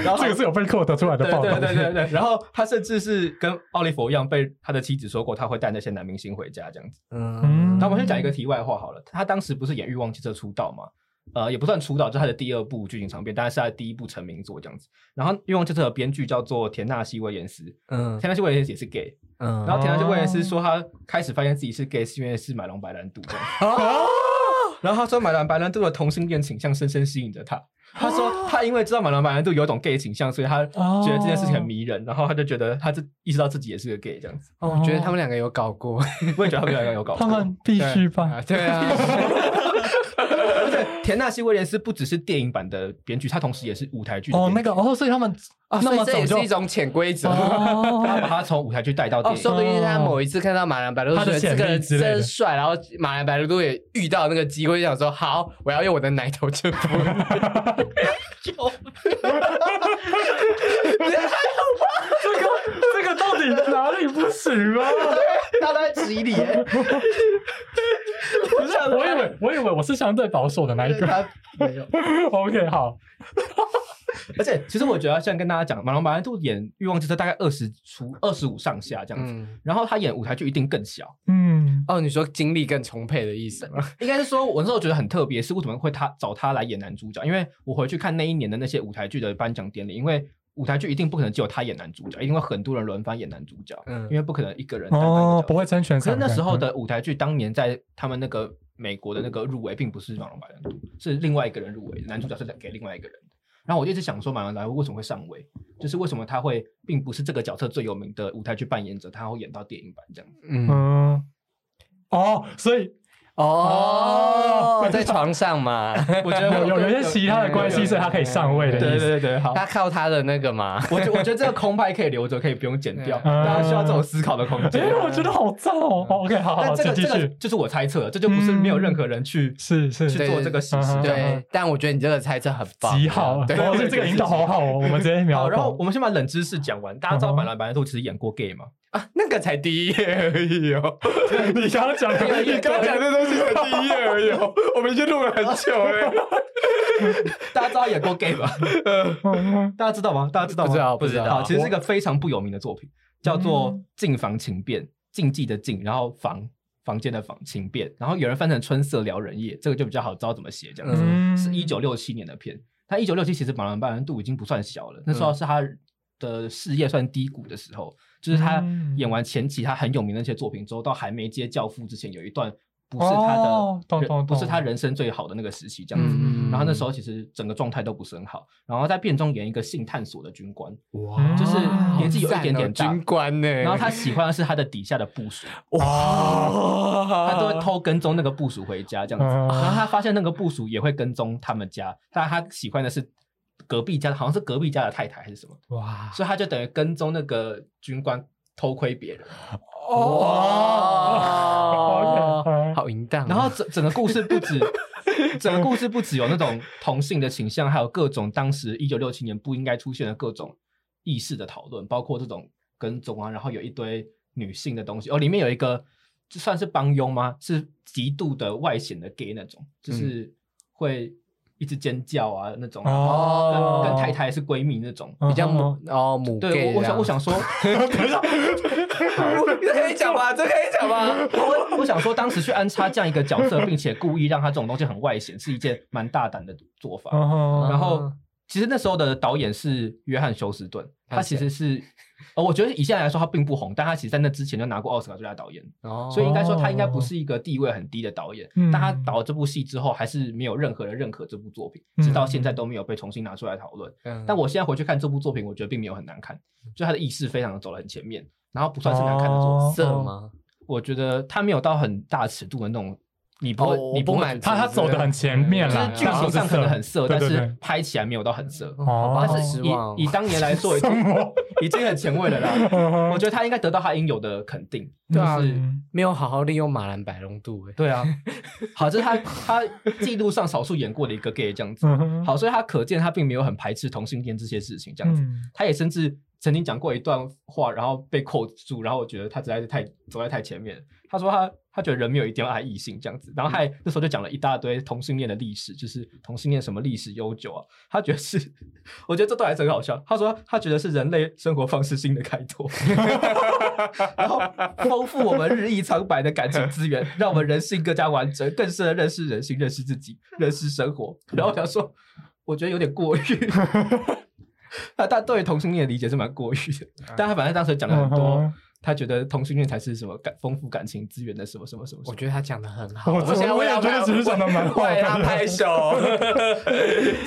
Speaker 2: 然后
Speaker 4: 这个是有被扣得出来的
Speaker 2: 对
Speaker 4: 报道，
Speaker 2: 对对对对，然后他甚至是跟奥利弗一样，被他的妻子说过他会带那些男明星回家这样子。
Speaker 4: 嗯
Speaker 3: 嗯，
Speaker 2: 那我们先讲一个题外话好了，他当时不是演《欲望汽车》出道嘛？呃，也不算出道，就是他的第二部剧情长片，但是他的第一部成名作这样子。然后《欲望汽车》的编剧叫做田纳西·威廉斯，
Speaker 3: *laughs* 嗯
Speaker 2: 田纳西·威廉斯也是 gay，
Speaker 3: 嗯
Speaker 4: 哦
Speaker 2: 然后田纳西·威廉斯说他开始发现自己是 gay 是因为是马龙白兰度这样子。
Speaker 3: 啊，
Speaker 2: 然后他说马兰白兰度的同性恋倾向深深吸引着他。他
Speaker 4: 哦
Speaker 2: 说他因为知道马兰白兰度有种 gay 倾向，所以他觉得这件事情很迷人，然后他就觉得他自意识到自己也是个 gay 这
Speaker 4: *laughs*
Speaker 2: 样子。
Speaker 3: 哦我觉得他们两个有搞过，
Speaker 4: 哦啊
Speaker 3: 啊
Speaker 2: 我也觉得他们两个有搞错。
Speaker 4: 他们必须吧？
Speaker 3: 对啊，
Speaker 2: 而且个田纳西威廉斯不只是电影版的编剧，他同时也是舞台剧的
Speaker 4: 哦，
Speaker 2: 编
Speaker 4: 那
Speaker 2: 剧
Speaker 4: 个哦，所以他们
Speaker 3: 哦，
Speaker 4: *laughs* 那
Speaker 3: 所以
Speaker 4: 么
Speaker 3: 这
Speaker 4: 早
Speaker 3: 也
Speaker 4: 就是
Speaker 3: 一种潜规则。
Speaker 2: 他把
Speaker 4: 哦，
Speaker 2: 他从舞台剧带到电影。
Speaker 3: 哦，
Speaker 2: *laughs*
Speaker 3: 说不定他某一次看到马兰白露
Speaker 4: 他的
Speaker 3: 觉得这
Speaker 4: 潜
Speaker 3: 个
Speaker 4: 力
Speaker 3: 人
Speaker 4: 之类的
Speaker 3: 真帅，然后马兰白露也遇到那个机会，就想说好，我要用我的奶头征服你。
Speaker 4: *laughs*
Speaker 3: *laughs*
Speaker 4: 这个到底哪里不行啊？
Speaker 3: 他在质疑你耶，
Speaker 4: *laughs* 不是，我以为我以为我是相对保守的那一
Speaker 2: *laughs*
Speaker 4: 个。
Speaker 3: 他没有
Speaker 4: OK，好，
Speaker 2: 而且，其实我觉得，像跟大家讲，马龙白兰度演《欲望之车》大概二十出、二十五上下这样子，
Speaker 3: 嗯，
Speaker 2: 然后他演舞台剧一定更小。
Speaker 4: 嗯，
Speaker 3: 哦，你说精力更充沛的意思吗？
Speaker 2: 应该是说，我那时候觉得很特别，是为什么会他找他来演男主角？因为我回去看那一年的那些舞台剧的颁奖典礼，因为舞台剧一定不可能只有他演男主角，一定会很多人轮番演男主角，
Speaker 3: 嗯
Speaker 2: 因为不可能一个人单单演
Speaker 4: 哦
Speaker 2: 角，色
Speaker 4: 不会嗯争全
Speaker 2: 可
Speaker 4: 场
Speaker 2: 是
Speaker 4: 感。
Speaker 2: 那时候的舞台剧，当年在他们那个美国的那个入围，并不是马龙白兰度，是另外一个人入围，男主角是给另外一个人。然后我就一直想说，马龙白兰度为什么会上位？就是为什么他会，并不是这个角色最有名的舞台剧扮演者，他会演到电影版这样。
Speaker 3: 嗯，
Speaker 4: 嗯，哦，所以
Speaker 3: 哦
Speaker 4: 哦，
Speaker 3: 在床上嘛，
Speaker 2: 我觉得
Speaker 4: 有有有一些其他的关系，所以他可以上位的
Speaker 2: 对
Speaker 4: 意
Speaker 2: 对
Speaker 4: 思。
Speaker 2: 对对，好。
Speaker 3: 他靠他的那个嘛，
Speaker 2: 我觉我觉得这个空白可以留着，可以不用剪掉。
Speaker 4: 嗯
Speaker 2: 大家需要这种思考的空间
Speaker 4: 哎，。我觉得好燥哦。哦 OK，好好，
Speaker 2: 嗯但这
Speaker 4: 好请
Speaker 2: 个
Speaker 4: 继
Speaker 2: 这个
Speaker 4: 续。
Speaker 2: 就是我猜测的，这就不是没有任何人去
Speaker 4: 是是，
Speaker 2: 去做这个喜事
Speaker 4: 嗯。
Speaker 3: 对，但我觉得你这个猜测很棒，
Speaker 4: 极好，
Speaker 3: 对，
Speaker 4: 我觉得这个引导好好哦，我们直接秒
Speaker 2: *laughs* 好，
Speaker 4: 懂。
Speaker 2: 然后我们先把冷知识讲完。大家
Speaker 4: 嗯
Speaker 2: 知道马兰白兰度其实演过 gay 吗？
Speaker 3: 啊那个才第一页而已哦，
Speaker 4: *laughs* 你刚刚讲的，
Speaker 3: *laughs*
Speaker 4: 你刚刚讲的，
Speaker 3: 的东西才第一页而已哦，我们已经录了很久 *laughs* 了。
Speaker 2: 大家知道演过 gay 吧？
Speaker 4: *laughs* 嗯
Speaker 2: 大家知道吗？大家知道吗？
Speaker 3: 不知道不知道
Speaker 2: 好其实是一个非常不有名的作品，叫做《
Speaker 4: 嗯
Speaker 2: 禁房情变》，禁忌的禁，然后房房间的房情变，然后有人翻成《春色撩人夜》，这个就比较好知道怎么写，这样子。
Speaker 4: 嗯
Speaker 2: 是一九六七年的片，他一九六七其实马兰白兰度已经不算小了，那时候
Speaker 4: 嗯
Speaker 2: 是他的事业算低谷的时候，就是他
Speaker 4: 嗯
Speaker 2: 演完前期他很有名的那些作品之后，到还没接《教父》之前，有一段不是他的
Speaker 4: 哦懂
Speaker 2: 人
Speaker 4: 懂
Speaker 2: 不是他
Speaker 4: 懂
Speaker 2: 人生最好的那个时期，这样子。
Speaker 3: 嗯，
Speaker 2: 然后那时候其实整个状态都不是很好，然后在片中演一个性探索的军官，
Speaker 3: 哇
Speaker 4: 就是
Speaker 2: 年纪有一点点大
Speaker 3: 嗯好赞哦军官呢，
Speaker 2: 然后他喜欢的是他的底下的部署，
Speaker 3: 哇，
Speaker 2: 他都会偷跟踪那个部署回家这样子，
Speaker 4: 嗯
Speaker 2: 然后他发现那个部署也会跟踪他们家，但他喜欢的是隔壁家，好像是隔壁家的太太还是什么，
Speaker 3: 哇
Speaker 2: 所以他就等于跟踪那个军官偷窥别人，
Speaker 4: OK，嗯
Speaker 3: 好淫荡哦，
Speaker 2: 然后整整个故事不止。整个故事不只有那种同性的倾向，还有各种当时一九六七年不应该出现的各种意识的讨论，包括这种跟踪啊，然后有一堆女性的东西。哦，里面有一个这算是帮佣吗？是极度的外显的 gay 那种，就是会一直尖叫啊那种，
Speaker 4: 哦
Speaker 2: 跟跟太太是闺蜜那种。
Speaker 4: 嗯
Speaker 3: 比较母
Speaker 4: 嗯
Speaker 3: 哦母 gay
Speaker 2: 对，我我
Speaker 3: 这样
Speaker 2: 想我想 *laughs* 说，
Speaker 3: 这可以讲吗？这可以讲吗？
Speaker 2: 我我想说，当时去安插这样一个角色，并且故意让他这种东西很外显，是一件蛮大胆的做法。
Speaker 4: 嗯
Speaker 2: 然后其实那时候的导演是约翰休斯顿，
Speaker 3: 他
Speaker 2: 他其实是，呃，我觉得以现在来说他并不红，但他其实在那之前就拿过奥斯卡最佳导演，
Speaker 3: 哦
Speaker 2: 所以应该说他应该不是一个地位很低的导演。
Speaker 4: 嗯
Speaker 2: 但他导这部戏之后，还是没有任何人认可这部作品，
Speaker 4: 嗯
Speaker 2: 直到现在都没有被重新拿出来讨论。
Speaker 3: 嗯
Speaker 2: 但我现在回去看这部作品，我觉得并没有很难看，就他的意识非常的走得很前面，然后不算是难看的作品。
Speaker 4: 哦
Speaker 3: 色吗？
Speaker 2: 我觉得他没有到很大尺度的那种，你不会，
Speaker 3: 哦
Speaker 2: 你不
Speaker 3: 不
Speaker 2: 会
Speaker 3: 满足
Speaker 4: 他他走的很前面
Speaker 2: 就
Speaker 4: 啦
Speaker 2: 是，剧
Speaker 3: 啊
Speaker 2: 情上可能很色，
Speaker 4: *laughs*
Speaker 2: 但
Speaker 4: 对对对
Speaker 2: 是拍起来没有到很
Speaker 3: *laughs*
Speaker 2: 色。
Speaker 4: 哦
Speaker 3: 但
Speaker 2: 但
Speaker 3: 是
Speaker 2: 是
Speaker 3: 失望哦
Speaker 2: 以以当年来
Speaker 4: *laughs*
Speaker 2: 说，已
Speaker 4: 什
Speaker 2: 经
Speaker 4: 么？
Speaker 2: *laughs* 已经很前卫了啦。
Speaker 4: *laughs* 嗯
Speaker 2: 我觉得他应该得到他应有的肯定。
Speaker 3: 对啊
Speaker 2: 就是
Speaker 3: 没有好好利用马兰白龙度哎，
Speaker 2: 对啊，好，这是他他记录上少数演过的一个 gay 这样子。
Speaker 4: 嗯，
Speaker 2: 好，所以他可见他并没有很排斥同性恋这些事情这样子。
Speaker 4: 嗯，
Speaker 2: 他也甚至曾经讲过一段话，然后被扣住，然后我觉得他实在是太走在太前面了。他说他他觉得人没有一定要爱异性这样子，然后他也那时候就讲了一大堆同性恋的历史，就是同性恋什么历史悠久啊。他觉得是，我觉得这段还是很好笑。他说他觉得是人类生活方式新的开拓， *laughs* 然后丰富我们日益苍白的感情资源，让我们人性更加完整，更深的认识人性、认识自己、认识生活。然后我想说，我觉得有点 *laughs* 过于。他他对于同性恋的理解是蛮过于的，但他反正当时讲了很多
Speaker 4: 嗯，
Speaker 2: 他觉得同性恋才是什么感丰富感情资源的什么什么什么什
Speaker 3: 我
Speaker 2: 么。
Speaker 3: 觉得他讲的很好，
Speaker 4: 我
Speaker 3: 现在
Speaker 4: 我
Speaker 3: 为
Speaker 4: 也
Speaker 3: 他
Speaker 4: 觉
Speaker 3: 拍
Speaker 4: 得其实讲的蛮好
Speaker 3: 为他
Speaker 4: 的。
Speaker 3: 拍手，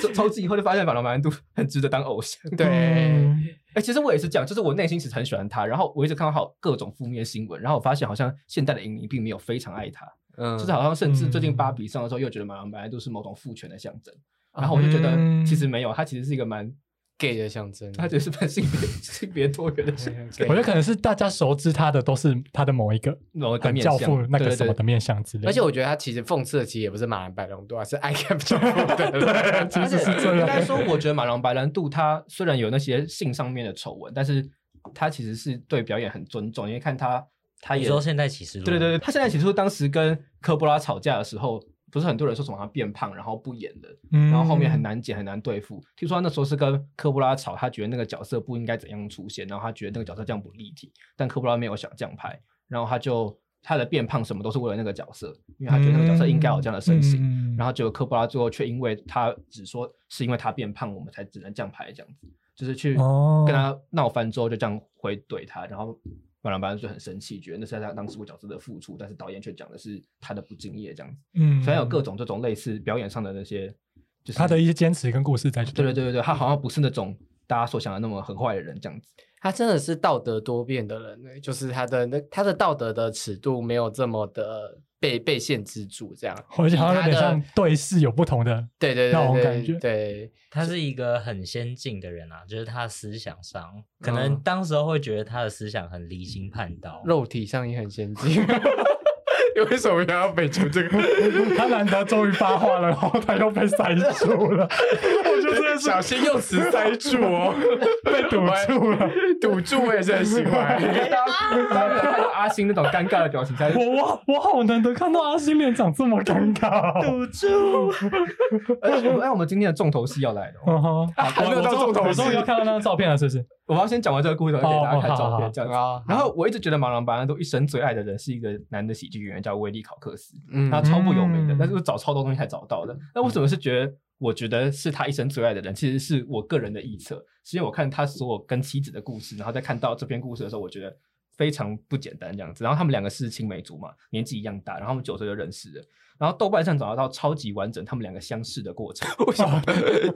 Speaker 2: 从从此以后就发现马龙白兰度很值得当偶像。
Speaker 4: *laughs*
Speaker 3: 对，
Speaker 4: 嗯
Speaker 2: 哎、其实我也是这样，就是我内心其实很喜欢他，然后我一直看到好各种负面新闻，然后我发现好像现代的影迷并没有非常爱他，
Speaker 3: 嗯
Speaker 2: 就是好像甚至最近芭比上的时候，又觉得马郎本来就是某种父权的象征，然后我就觉得
Speaker 4: 嗯
Speaker 2: 其实没有，它其实是一个蛮，
Speaker 3: gay 的象征，
Speaker 2: 它只是蛮性别 *laughs* 性别多元的象征，
Speaker 4: 我觉得可能是大家熟知他的都是他的某一个
Speaker 2: 某一个
Speaker 4: 很
Speaker 2: 面
Speaker 4: 教
Speaker 2: 向
Speaker 4: 父那
Speaker 2: 对
Speaker 4: 个
Speaker 2: 对
Speaker 4: 什么
Speaker 2: 对
Speaker 4: 的面相之类的。
Speaker 3: 而且我觉得他其实讽刺的其实也不是马兰白龙多，而是 I cap 教父的
Speaker 4: *laughs*
Speaker 3: 人。
Speaker 4: 其
Speaker 2: 而
Speaker 4: 实
Speaker 2: 且
Speaker 4: 是这
Speaker 2: 应
Speaker 4: 样
Speaker 2: 该说，我觉得马龙白兰度他虽然有那些性上面的丑闻，但是他其实是对表演很尊重，因为看他他
Speaker 1: 啊你
Speaker 2: 也
Speaker 1: 说现在其实
Speaker 2: 对对对，他现在起初当时跟科波拉吵架的时候，不是很多人说什么他变胖，然后不演了，
Speaker 4: 嗯，
Speaker 2: 然
Speaker 4: 然
Speaker 2: 后后面很难剪很难对付。听说他那时候是跟科波拉吵，他觉得那个角色不应该怎样出现，然后他觉得那个角色这样不立体，但科波拉没有想这样拍，然后他就他的变胖什么都是为了那个角色，因为他觉得那个角色应该有这样的身形。
Speaker 4: 嗯
Speaker 2: 然后结果科波拉最后却因为他只说是因为他变胖，我们才只能这样拍这样子，就是去
Speaker 4: 哦
Speaker 2: 跟他闹翻之后就这样回怼他，然后马兰巴就很生气，觉得那是他当时我角色的付出，但是导演却讲的是他的不敬业这样子，
Speaker 4: 嗯
Speaker 2: 虽然有各种这种类似表演上的那些，就是
Speaker 4: 他的一些坚持跟故事在去
Speaker 2: 对对对对对，他好像不是那种大家所想的那么很坏的人这样子，
Speaker 3: 他真的是道德多变的人欸，就是他的那他的道德的尺度没有这么的被被限制住，这样，
Speaker 4: 而且好像有
Speaker 3: 以
Speaker 4: 点
Speaker 3: 他的
Speaker 4: 像对视有不同的，
Speaker 3: 对对
Speaker 4: 那种
Speaker 3: 对
Speaker 4: 感
Speaker 3: 对
Speaker 4: 觉
Speaker 3: 对对，
Speaker 1: 他是一个很先进的人啊，就是他的思想上，可
Speaker 2: 嗯
Speaker 1: 能当时候会觉得他的思想很离经叛道。
Speaker 3: 肉体上也很先
Speaker 4: *laughs*
Speaker 3: 进。 *laughs* 为什么要被出这个？
Speaker 4: 他难得终于发话了，然后他又被塞住
Speaker 2: *laughs*
Speaker 4: 了，我觉得真的是
Speaker 3: 小心用词塞住哦，
Speaker 4: *laughs* 被堵住了。
Speaker 3: 堵住我也是很喜
Speaker 4: *laughs*
Speaker 3: 欢。
Speaker 2: 哎大家大家看到阿星那种尴尬的表情才
Speaker 4: 我我我好难得看到阿星脸长这么尴尬、哦。
Speaker 1: 住！
Speaker 2: 哎，我们今天的重头戏要来了哦。
Speaker 4: 嗯哼，
Speaker 3: 还没有到重头戏
Speaker 4: 我终于要看到那张照片了，是不是？
Speaker 2: 我要先讲完这个故事，然后给大家看
Speaker 4: 哦好
Speaker 2: 照
Speaker 4: 好
Speaker 2: 片
Speaker 4: 好
Speaker 2: 这样子。
Speaker 3: 啊
Speaker 2: 然后我一直觉得马龙白兰度一生最爱的人是一个男的喜剧演员，叫威利考克斯，
Speaker 3: 嗯 *laughs*
Speaker 2: 他超不有名的，
Speaker 4: 嗯
Speaker 2: 但是我找超多东西才找到的。那为什么是觉得？我觉得是他一生最爱的人，其实是我个人的臆测，是因为我看他所有跟妻子的故事，然后再看到这篇故事的时候，我觉得非常不简单这样子。然后他们两个是青梅竹马，年纪一样大，然后他们九岁就认识了。然后豆瓣上找得到超级完整他们两个相识的过程，
Speaker 3: 为什么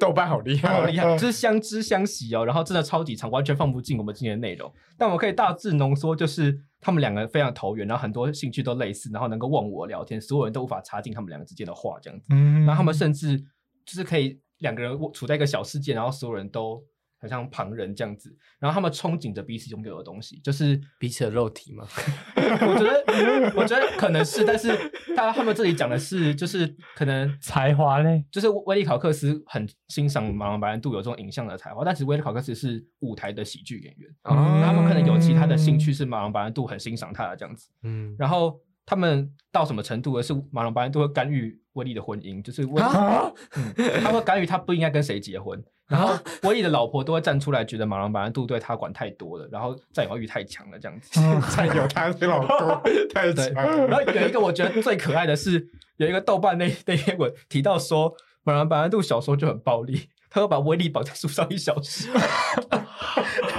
Speaker 3: 豆瓣好厉害，
Speaker 2: 好厉害，就是相知相惜哦。然后真的超级长，完全放不进我们今天的内容。但我可以大致浓缩，就是他们两个非常投缘，然后很多兴趣都类似，然后能够忘我聊天，所有人都无法插进他们两个之间的话这样子。
Speaker 4: 嗯，
Speaker 2: 然后他们甚至就是可以两个人处在一个小世界，然后所有人都很像旁人这样子。然后他们憧憬着彼此拥有的东西，就是
Speaker 3: 彼此的肉体吗？
Speaker 2: 我觉得，嗯我觉得可能是，但是大家他们这里讲的是，就是可能
Speaker 4: 才华嘞，
Speaker 2: 就是威利考克斯很欣赏马龙白兰度有这种影像的才华，但其实威利考克斯是舞台的喜剧演员，
Speaker 3: 哦
Speaker 2: 那他们可能有其他的兴趣是马龙白兰度很欣赏他的这样子。
Speaker 3: 嗯，
Speaker 2: 然后他们到什么程度的是马龙白兰度会干预威利的婚姻，就是威、
Speaker 4: 啊
Speaker 2: 嗯他会干预他不应该跟谁结婚。然后威利的老婆都会站出来，觉得马龙白兰度对他管太多了，然后占有欲太强了这样子。 *laughs*
Speaker 3: 占有他的老公，太
Speaker 2: 对，然后有一个我觉得最可爱的是，有一个豆瓣那那篇文提到说，马兰白兰度小时候就很暴力，他会把威力绑在树上一小时。 *laughs*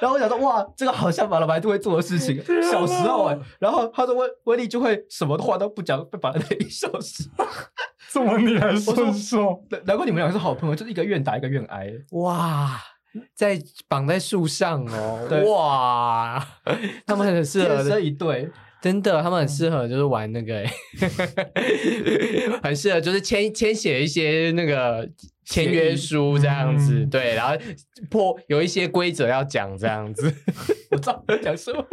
Speaker 2: 然后我想说，哇，这个好像马兰白兰度会做的事情，小时候哎、然后他说威威力就会什么话都不讲，被绑在那一小时。 *laughs*
Speaker 4: 这么你还顺手？
Speaker 2: 难难怪你们两个是好朋友，就是一个愿打一个愿挨。
Speaker 3: 哇，在绑在树上
Speaker 2: 对
Speaker 3: 哦，哇，他们很适
Speaker 2: 天
Speaker 3: 合
Speaker 2: 生，一啊对，
Speaker 3: 真的，他们很适合，就是玩那个，欸 *laughs* 很适合，就是签签写一些那个签约书这样子，
Speaker 4: 嗯
Speaker 3: 对，然后破有一些规则要讲这样子， *laughs*
Speaker 2: 我知道你在讲什么，